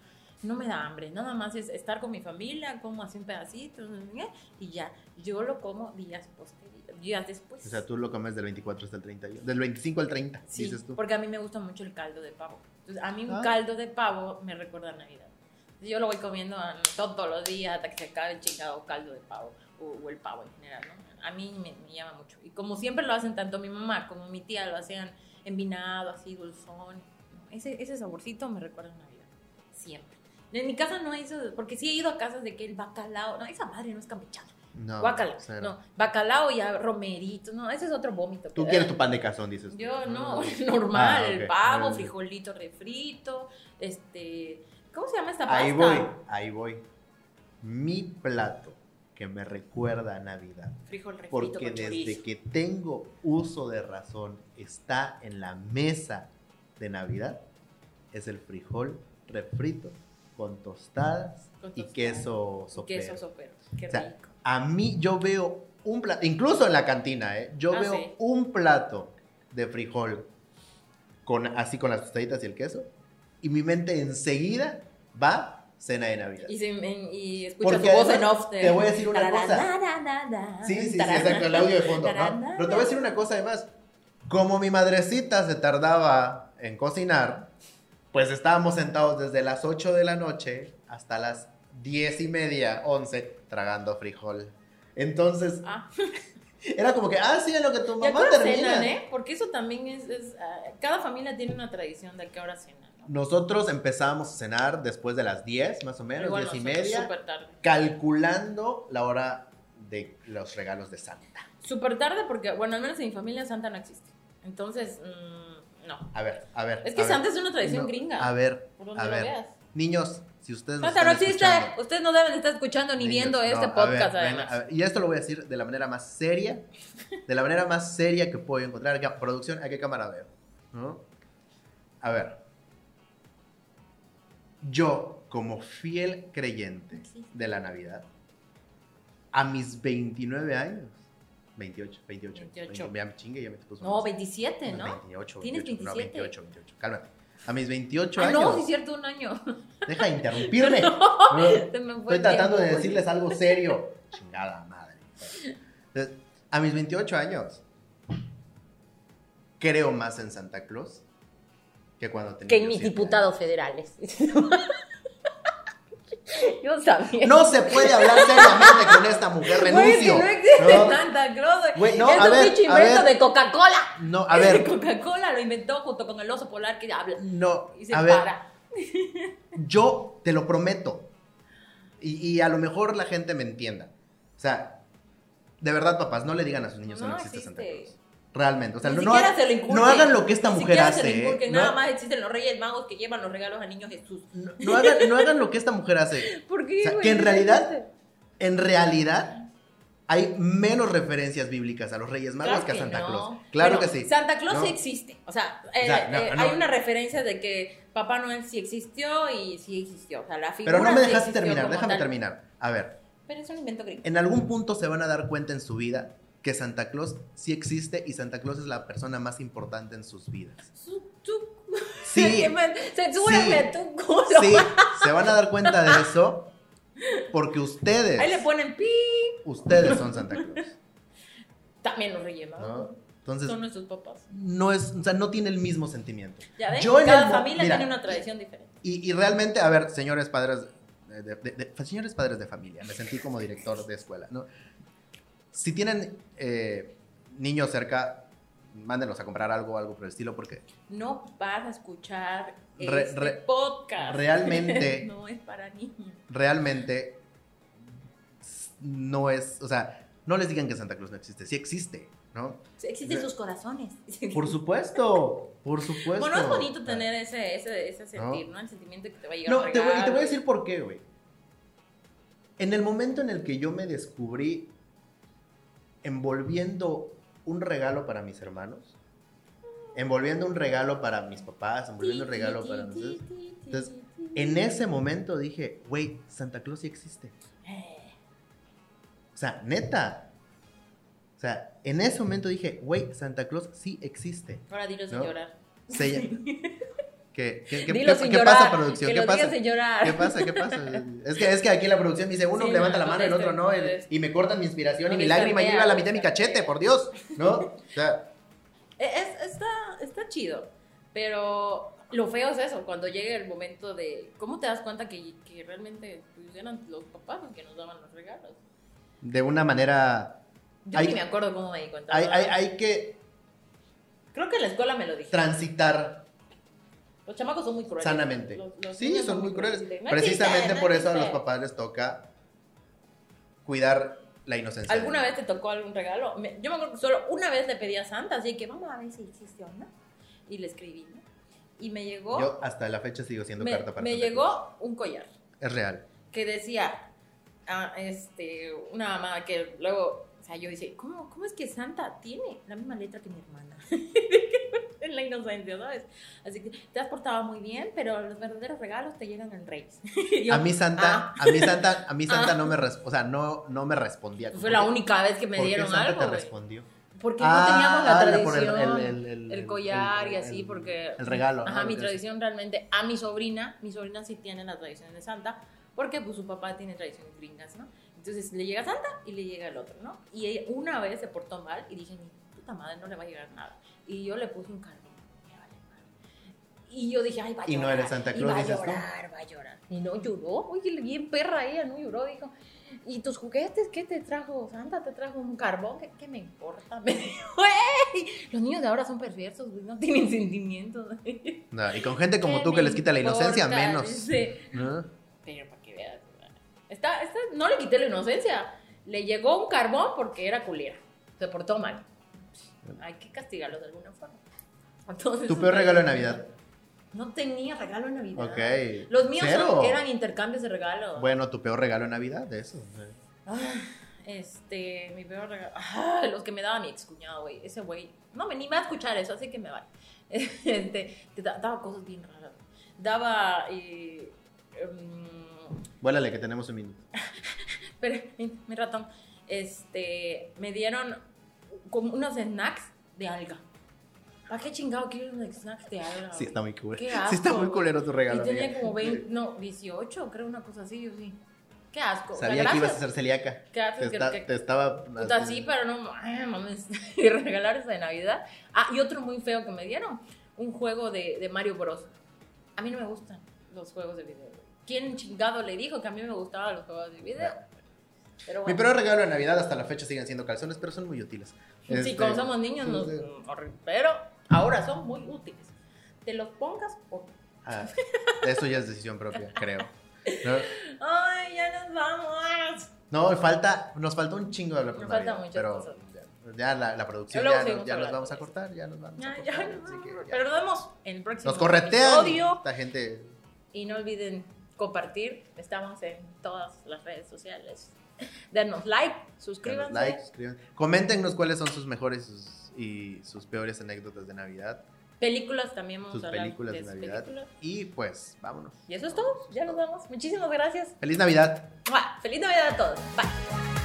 [SPEAKER 2] No me da hambre, nada más es estar con mi familia, como así un pedacito ¿eh? y ya. Yo lo como días posteriores, días después.
[SPEAKER 1] O sea, tú lo comes del 24 hasta el 31. Del 25 al 30,
[SPEAKER 2] Sí,
[SPEAKER 1] dices tú.
[SPEAKER 2] porque a mí me gusta mucho el caldo de pavo. Entonces, a mí un
[SPEAKER 1] Ah.
[SPEAKER 2] caldo de pavo me recuerda a Navidad. Yo lo voy comiendo ah, todos los días hasta que se acabe el chingado caldo de pavo o, o el pavo en general, ¿no? A mí me, me llama mucho. Y como siempre lo hacen tanto mi mamá como mi tía, lo hacían envinado, así, dulzón. ¿no? Ese, ese saborcito me recuerda a Navidad. Siempre. En mi casa no hizo, porque sí he ido a casas de que el bacalao, no, esa madre no es campechana.
[SPEAKER 1] No,
[SPEAKER 2] Guacala,
[SPEAKER 1] Ah, cero.
[SPEAKER 2] no, bacalao y ah, romerito, no, ese es otro vómito.
[SPEAKER 1] Tú
[SPEAKER 2] que-
[SPEAKER 1] quieres tu pan de cazón, dices. tú.
[SPEAKER 2] yo [LAUGHS] no,
[SPEAKER 1] Mm.
[SPEAKER 2] normal,
[SPEAKER 1] Ah, ok.
[SPEAKER 2] pavo,
[SPEAKER 1] Mm.
[SPEAKER 2] frijolito refrito, este, ¿cómo se llama esta pasta?
[SPEAKER 1] Ahí voy, ahí voy. Mi plato que me recuerda a Navidad.
[SPEAKER 2] Frijol refrito
[SPEAKER 1] Porque
[SPEAKER 2] con
[SPEAKER 1] desde
[SPEAKER 2] chorizo.
[SPEAKER 1] que tengo uso de razón está en la mesa de Navidad, es el frijol refrito con tostadas,
[SPEAKER 2] Con
[SPEAKER 1] y
[SPEAKER 2] tostadas.
[SPEAKER 1] queso
[SPEAKER 2] Y
[SPEAKER 1] sopero.
[SPEAKER 2] queso sopero, qué
[SPEAKER 1] O sea,
[SPEAKER 2] rico.
[SPEAKER 1] A mí yo veo un plato, incluso en la cantina, ¿eh? yo
[SPEAKER 2] Ah,
[SPEAKER 1] veo
[SPEAKER 2] sí.
[SPEAKER 1] un plato de frijol con así con las tostaditas y el queso y mi mente enseguida va cena de Navidad.
[SPEAKER 2] Y, se, en- y escucha
[SPEAKER 1] Porque
[SPEAKER 2] tu voz
[SPEAKER 1] además,
[SPEAKER 2] en off. de-
[SPEAKER 1] te voy a decir una cosa.
[SPEAKER 2] Tararararara,
[SPEAKER 1] Sí, sí, sí,
[SPEAKER 2] tarara-
[SPEAKER 1] exacto, el audio de fondo. ¿no?
[SPEAKER 2] tarara-
[SPEAKER 1] Pero te voy a decir una cosa además. Como mi madrecita se tardaba en cocinar, pues estábamos sentados desde las 8 de la noche hasta las 10 y media, 11, tragando frijol. Entonces,
[SPEAKER 2] Ah,
[SPEAKER 1] era como que, ah, sí, es lo que tu
[SPEAKER 2] ya
[SPEAKER 1] mamá
[SPEAKER 2] ahora
[SPEAKER 1] termina.
[SPEAKER 2] cenan, ¿eh? Porque eso también es, es, ah, cada familia tiene una tradición de que ahora cenan, ¿no?
[SPEAKER 1] Nosotros empezábamos a cenar después de las 10, más o menos,
[SPEAKER 2] Igual
[SPEAKER 1] 10 y
[SPEAKER 2] nosotros,
[SPEAKER 1] media,
[SPEAKER 2] Súper tarde.
[SPEAKER 1] calculando la hora de los regalos de Santa.
[SPEAKER 2] Súper tarde porque, bueno, al menos en mi familia Santa no existe. Entonces, mm, no.
[SPEAKER 1] A ver, a ver.
[SPEAKER 2] Es que
[SPEAKER 1] a ver.
[SPEAKER 2] Santa es una tradición
[SPEAKER 1] No,
[SPEAKER 2] gringa.
[SPEAKER 1] A ver,
[SPEAKER 2] Por donde
[SPEAKER 1] a
[SPEAKER 2] lo
[SPEAKER 1] ver.
[SPEAKER 2] veas.
[SPEAKER 1] Niños, si ustedes nos
[SPEAKER 2] Santa no
[SPEAKER 1] están
[SPEAKER 2] existe.
[SPEAKER 1] escuchando,
[SPEAKER 2] Ustedes no deben estar escuchando ni
[SPEAKER 1] niños,
[SPEAKER 2] viendo
[SPEAKER 1] no,
[SPEAKER 2] este
[SPEAKER 1] a
[SPEAKER 2] podcast,
[SPEAKER 1] ver, ven,
[SPEAKER 2] además.
[SPEAKER 1] a ver, y esto lo voy a decir de la manera más seria, de la manera más seria que puedo encontrar. Acá, producción, ¿a qué cámara veo? ¿No? A ver. Yo, como fiel creyente de la Navidad, a mis 29 años, 28, 28,
[SPEAKER 2] 28.
[SPEAKER 1] 20, ya me chingue, ya me te puso
[SPEAKER 2] No,
[SPEAKER 1] más.
[SPEAKER 2] 27, ¿no?
[SPEAKER 1] 28,
[SPEAKER 2] Tienes
[SPEAKER 1] 28, no,
[SPEAKER 2] 27.
[SPEAKER 1] 28, 28, cálmate. A mis 28
[SPEAKER 2] Ah,
[SPEAKER 1] años,
[SPEAKER 2] no, sí es cierto, un año. [LAUGHS]
[SPEAKER 1] deja de interrumpirme. ¿no?
[SPEAKER 2] Se me
[SPEAKER 1] Estoy
[SPEAKER 2] fue el
[SPEAKER 1] tratando de
[SPEAKER 2] tiempo.
[SPEAKER 1] decirles algo serio. [LAUGHS] Chingada madre. Entonces, a mis 28 años, creo más en Santa Claus que cuando tenía.
[SPEAKER 2] Que
[SPEAKER 1] yo
[SPEAKER 2] mis
[SPEAKER 1] siete
[SPEAKER 2] diputados federales. [LAUGHS] Yo sabía.
[SPEAKER 1] años. No se puede hablar seriamente con esta mujer,
[SPEAKER 2] Güey, es que
[SPEAKER 1] renuncio.
[SPEAKER 2] no existe
[SPEAKER 1] No,
[SPEAKER 2] Santa Claus.
[SPEAKER 1] Güey, no,
[SPEAKER 2] es
[SPEAKER 1] a
[SPEAKER 2] un
[SPEAKER 1] ver,
[SPEAKER 2] pinche
[SPEAKER 1] a ver.
[SPEAKER 2] invento de Coca-Cola.
[SPEAKER 1] no, a ver,
[SPEAKER 2] [LAUGHS] Coca-Cola lo inventó junto con el oso polar que habla
[SPEAKER 1] no,
[SPEAKER 2] y se
[SPEAKER 1] a ver,
[SPEAKER 2] para.
[SPEAKER 1] yo te lo prometo. Y, y a lo mejor la gente me entienda. O sea, de verdad, papás, no le digan a sus niños que
[SPEAKER 2] No
[SPEAKER 1] no existe Santa
[SPEAKER 2] existe.
[SPEAKER 1] Claus. Realmente. O sea,
[SPEAKER 2] Ni
[SPEAKER 1] no, no
[SPEAKER 2] siquiera
[SPEAKER 1] ha-
[SPEAKER 2] se lo inculquen.
[SPEAKER 1] no hagan lo que esta
[SPEAKER 2] Ni
[SPEAKER 1] mujer
[SPEAKER 2] siquiera
[SPEAKER 1] hace,
[SPEAKER 2] Se lo inculquen.
[SPEAKER 1] ¿eh?
[SPEAKER 2] Nada
[SPEAKER 1] No-
[SPEAKER 2] más existen los reyes magos que llevan los regalos a niños Jesús.
[SPEAKER 1] no hagan, no hagan lo que esta mujer hace.
[SPEAKER 2] ¿Por qué?
[SPEAKER 1] O sea,
[SPEAKER 2] güey?
[SPEAKER 1] que en
[SPEAKER 2] ¿Qué
[SPEAKER 1] realidad-
[SPEAKER 2] existe?
[SPEAKER 1] En realidad, hay menos referencias bíblicas a los Reyes Magos que a Santa
[SPEAKER 2] no.
[SPEAKER 1] Claus. Claro
[SPEAKER 2] Bueno,
[SPEAKER 1] que sí.
[SPEAKER 2] Santa Claus
[SPEAKER 1] No.
[SPEAKER 2] sí existe. O sea, eh,
[SPEAKER 1] O sea, no,
[SPEAKER 2] eh,
[SPEAKER 1] no.
[SPEAKER 2] hay una referencia de que Papá Noel sí existió y sí existió. O sea, la figura
[SPEAKER 1] Pero no me
[SPEAKER 2] sí
[SPEAKER 1] dejaste
[SPEAKER 2] existió
[SPEAKER 1] terminar,
[SPEAKER 2] como
[SPEAKER 1] déjame
[SPEAKER 2] tal.
[SPEAKER 1] terminar. A ver,
[SPEAKER 2] Pero es un invento gringo.
[SPEAKER 1] en algún punto se van a dar cuenta en su vida que Santa Claus sí existe y Santa Claus es la persona más importante en sus vidas.
[SPEAKER 2] Su- tu- [LAUGHS]
[SPEAKER 1] Sí,
[SPEAKER 2] que me- se- súbeme
[SPEAKER 1] Sí.
[SPEAKER 2] tu culo.
[SPEAKER 1] sí, se van a dar cuenta de eso porque ustedes,
[SPEAKER 2] Ahí le ponen pi.
[SPEAKER 1] ustedes son Santa Claus,
[SPEAKER 2] También los Reyes Magos.
[SPEAKER 1] ¿no? Entonces,
[SPEAKER 2] Son nuestros papás.
[SPEAKER 1] no es, o sea, no tiene el mismo sentimiento.
[SPEAKER 2] Ya ves,
[SPEAKER 1] Yo en
[SPEAKER 2] cada
[SPEAKER 1] el mo-
[SPEAKER 2] familia
[SPEAKER 1] mira.
[SPEAKER 2] tiene una tradición diferente.
[SPEAKER 1] Y, y realmente, a ver, señores padres de, de- de- de- señores padres de familia, me sentí como director de escuela, ¿no? Si tienen eh, niños cerca, mándenlos a comprar algo o algo por el estilo, porque
[SPEAKER 2] No vas a escuchar
[SPEAKER 1] Re-
[SPEAKER 2] este
[SPEAKER 1] re-
[SPEAKER 2] podcast.
[SPEAKER 1] realmente-
[SPEAKER 2] [LAUGHS] no es para niños.
[SPEAKER 1] realmente no es, o sea, no les digan que Santa Claus no existe, sí existe, ¿no?
[SPEAKER 2] Existen
[SPEAKER 1] Re-
[SPEAKER 2] sus corazones.
[SPEAKER 1] Por supuesto, por supuesto. Ah.
[SPEAKER 2] Bueno, es bonito tener ese, ese, ese sentir, ¿no? El sentimiento que te va a llegar
[SPEAKER 1] No,
[SPEAKER 2] un
[SPEAKER 1] te voy, y te voy a
[SPEAKER 2] regalo.
[SPEAKER 1] decir por qué, güey. En el momento en el que yo me descubrí envolviendo un regalo para mis hermanos, envolviendo un regalo para mis papás, envolviendo un regalo para ustedes, Entonces, en ese momento dije, güey, Santa Claus sí existe.
[SPEAKER 2] Eh,
[SPEAKER 1] O sea, neta. O sea, en ese momento dije, güey, Santa Claus sí existe.
[SPEAKER 2] Ahora dilo sin
[SPEAKER 1] ¿No?
[SPEAKER 2] llorar.
[SPEAKER 1] Se llama-
[SPEAKER 2] [LAUGHS]
[SPEAKER 1] ¿Qué, qué- qué-
[SPEAKER 2] Dilo
[SPEAKER 1] qué-
[SPEAKER 2] sin
[SPEAKER 1] qué
[SPEAKER 2] llorar.
[SPEAKER 1] pasa, producción?
[SPEAKER 2] Que
[SPEAKER 1] ¿Qué
[SPEAKER 2] lo
[SPEAKER 1] pasa?
[SPEAKER 2] digas sin llorar.
[SPEAKER 1] ¿Qué pasa? ¿Qué pasa? Es que, es que aquí la producción dice, uno
[SPEAKER 2] Sí,
[SPEAKER 1] levanta
[SPEAKER 2] no,
[SPEAKER 1] la mano, el
[SPEAKER 2] no
[SPEAKER 1] otro no,
[SPEAKER 2] te-
[SPEAKER 1] el-
[SPEAKER 2] no te-
[SPEAKER 1] y me cortan mi inspiración y
[SPEAKER 2] no
[SPEAKER 1] mi
[SPEAKER 2] te
[SPEAKER 1] lágrima y
[SPEAKER 2] escarpea,
[SPEAKER 1] lleva a la
[SPEAKER 2] no
[SPEAKER 1] mitad de
[SPEAKER 2] te
[SPEAKER 1] mi cachete, por Dios, ¿no? O sea,
[SPEAKER 2] Eh, es- está, está chido, pero lo feo es eso, cuando llega el momento de cómo te das cuenta que, que realmente pues, eran los papás los que nos daban los regalos.
[SPEAKER 1] de una manera,
[SPEAKER 2] Yo
[SPEAKER 1] Hay-
[SPEAKER 2] ni me acuerdo cómo me di cuenta.
[SPEAKER 1] hay,
[SPEAKER 2] la
[SPEAKER 1] hay,
[SPEAKER 2] verdad.
[SPEAKER 1] hay que
[SPEAKER 2] Creo que en la escuela me lo dijeron.
[SPEAKER 1] transitar
[SPEAKER 2] Los chamacos son muy crueles.
[SPEAKER 1] sanamente.
[SPEAKER 2] Los- los
[SPEAKER 1] Sí,
[SPEAKER 2] niños
[SPEAKER 1] son muy crueles.
[SPEAKER 2] de, "No
[SPEAKER 1] Precisamente
[SPEAKER 2] existe, no
[SPEAKER 1] por eso a los
[SPEAKER 2] existe".
[SPEAKER 1] papás les toca cuidar la inocencia. del
[SPEAKER 2] ¿Alguna
[SPEAKER 1] niño.
[SPEAKER 2] vez te tocó algún regalo? Me- yo me acuerdo que solo una vez le pedí a Santa, así que vamos a ver si existe o no. Y le escribí, ¿no? Y me llegó,
[SPEAKER 1] Yo hasta la fecha sigo siendo
[SPEAKER 2] me,
[SPEAKER 1] carta para
[SPEAKER 2] me
[SPEAKER 1] Santa Claus.
[SPEAKER 2] llegó un collar
[SPEAKER 1] Es real.
[SPEAKER 2] que decía, ah, este, una mamá que luego, o sea, yo dije, ¿cómo, ¿cómo es que Santa tiene la misma letra que mi hermana? [LAUGHS] en la inocencia, ¿sabes? Así que te has portado muy bien, pero los verdaderos regalos te llegan en Reyes. [LAUGHS] Y yo,
[SPEAKER 1] a mí Santa,
[SPEAKER 2] ah,
[SPEAKER 1] a mí Santa, a mí Santa
[SPEAKER 2] [LAUGHS] Ah.
[SPEAKER 1] no me, res- o sea, no, no me respondía.
[SPEAKER 2] fue la
[SPEAKER 1] ¿Por qué-
[SPEAKER 2] única vez que me
[SPEAKER 1] por qué
[SPEAKER 2] dieron
[SPEAKER 1] Santa
[SPEAKER 2] algo.
[SPEAKER 1] te
[SPEAKER 2] güey.
[SPEAKER 1] respondió?
[SPEAKER 2] Porque
[SPEAKER 1] Ah,
[SPEAKER 2] no teníamos la
[SPEAKER 1] habla
[SPEAKER 2] tradición. el
[SPEAKER 1] el-
[SPEAKER 2] collar
[SPEAKER 1] el-
[SPEAKER 2] y así,
[SPEAKER 1] el-
[SPEAKER 2] porque...
[SPEAKER 1] El regalo. ¿no?
[SPEAKER 2] Ajá, mi
[SPEAKER 1] Lo que
[SPEAKER 2] tradición realmente, a mi sobrina, mi sobrina sí tiene la tradición de Santa, porque pues su papá tiene tradiciones gringas, ¿no? Entonces le llega Santa y le llega el otro, ¿no? Y ella una vez se portó mal y dije, mi puta madre, no le va a llegar nada. Y yo le puse un carbón, me vale madre. Y yo dije, ay, va a
[SPEAKER 1] Y
[SPEAKER 2] llorar.
[SPEAKER 1] no eres Santa
[SPEAKER 2] y
[SPEAKER 1] Claus,
[SPEAKER 2] va a
[SPEAKER 1] dices tú.
[SPEAKER 2] llorar, va a llorar. Y no lloró, oye, bien perra ella, no lloró, dijo. ¿Y tus juguetes qué te trajo Santa? ¿Te trajo un carbón? ¿Qué, qué me importa? [LAUGHS] Me dijo, "Ey, los niños de ahora son perversos, güey, no tienen [LAUGHS] sentimientos.
[SPEAKER 1] No, y con gente como
[SPEAKER 2] ¿Qué
[SPEAKER 1] tú que
[SPEAKER 2] me
[SPEAKER 1] les quita la inocencia,
[SPEAKER 2] importa?
[SPEAKER 1] menos.
[SPEAKER 2] Sí. Pues
[SPEAKER 1] ¿no?
[SPEAKER 2] Pero para que veas. ¿verdad? Está, está, no le quité la inocencia. Le llegó un carbón porque era culera. Se portó mal. Hay que castigarlos de alguna forma. Entonces,
[SPEAKER 1] Tu peor regalo de Navidad.
[SPEAKER 2] No tenía regalo en Navidad.
[SPEAKER 1] Ok.
[SPEAKER 2] Los míos
[SPEAKER 1] Cero.
[SPEAKER 2] son- eran intercambios de regalos.
[SPEAKER 1] Bueno, tu peor regalo de Navidad, de eso.
[SPEAKER 2] Ah, Este, mi peor regalo. Ah, los que me daba mi excuñado, güey. Ese güey. No, me ni va a escuchar eso, así que me vale. [LAUGHS] Este, te da- daba cosas bien raras. Daba. eh, em,
[SPEAKER 1] Vuélale, que tenemos un minuto.
[SPEAKER 2] Pero, mi, mi ratón. Este, me dieron como unos snacks de alga. ¿Para qué chingado quiero unos snacks de alga?
[SPEAKER 1] Sí, está muy cool.
[SPEAKER 2] Ah. Qué
[SPEAKER 1] sí, está
[SPEAKER 2] asco,
[SPEAKER 1] muy
[SPEAKER 2] güey.
[SPEAKER 1] culero tu
[SPEAKER 2] Y
[SPEAKER 1] regalo.
[SPEAKER 2] tenía
[SPEAKER 1] amiga.
[SPEAKER 2] como 20, no, 18, creo, una cosa así, yo sí. Qué asco. O sea,
[SPEAKER 1] Sabía que ibas a
[SPEAKER 2] gracias.
[SPEAKER 1] ser celíaca.
[SPEAKER 2] Qué asco
[SPEAKER 1] Te,
[SPEAKER 2] que-
[SPEAKER 1] está-
[SPEAKER 2] que-
[SPEAKER 1] te estaba.
[SPEAKER 2] Puta, sí, pero no ay, mames. [LAUGHS] Y regalar eso de Navidad. Ah, y otro muy feo que me dieron: un juego de, de Mario Bros. A mí no me gustan los juegos de video. ¿Quién chingado le dijo que a mí me gustaban los juegos de video? Pero
[SPEAKER 1] Mi peor regalo de Navidad hasta la fecha siguen siendo calzones, pero son muy útiles.
[SPEAKER 2] Sí,
[SPEAKER 1] Este,
[SPEAKER 2] cuando somos niños,
[SPEAKER 1] sí,
[SPEAKER 2] nos,
[SPEAKER 1] sí.
[SPEAKER 2] horri- pero ahora son muy útiles. Te los pongas o...
[SPEAKER 1] Ah, eso ya es decisión propia, creo. ¿No?
[SPEAKER 2] ¡Ay, ya nos vamos!
[SPEAKER 1] No, falta, nos falta un chingo de hablar por
[SPEAKER 2] Nos faltan
[SPEAKER 1] Navidad,
[SPEAKER 2] muchas
[SPEAKER 1] pero
[SPEAKER 2] cosas.
[SPEAKER 1] Ya, ya la, la producción
[SPEAKER 2] Luego
[SPEAKER 1] ya, nos,
[SPEAKER 2] seguimos
[SPEAKER 1] ya nos
[SPEAKER 2] hablando.
[SPEAKER 1] vamos a cortar, ya nos vamos a
[SPEAKER 2] Ya,
[SPEAKER 1] cortar.
[SPEAKER 2] ya,
[SPEAKER 1] así que ya.
[SPEAKER 2] Pero nos vemos en el próximo
[SPEAKER 1] Nos corretean.
[SPEAKER 2] episodio.
[SPEAKER 1] Esta gente
[SPEAKER 2] Y no olviden compartir. Estamos en todas las redes sociales. [LAUGHS] Denos like,
[SPEAKER 1] Denos
[SPEAKER 2] suscríbanse.
[SPEAKER 1] like, suscríbanse. Coméntenos cuáles son sus mejores sus- y sus peores anécdotas de Navidad,
[SPEAKER 2] Películas también vamos
[SPEAKER 1] sus
[SPEAKER 2] a hablar.
[SPEAKER 1] películas de
[SPEAKER 2] sus
[SPEAKER 1] Navidad.
[SPEAKER 2] películas.
[SPEAKER 1] Y pues, vámonos.
[SPEAKER 2] Y eso es todo. Ya nos vamos. Muchísimas gracias.
[SPEAKER 1] ¡Feliz Navidad!
[SPEAKER 2] ¡Mua! ¡Feliz Navidad a todos! Bye.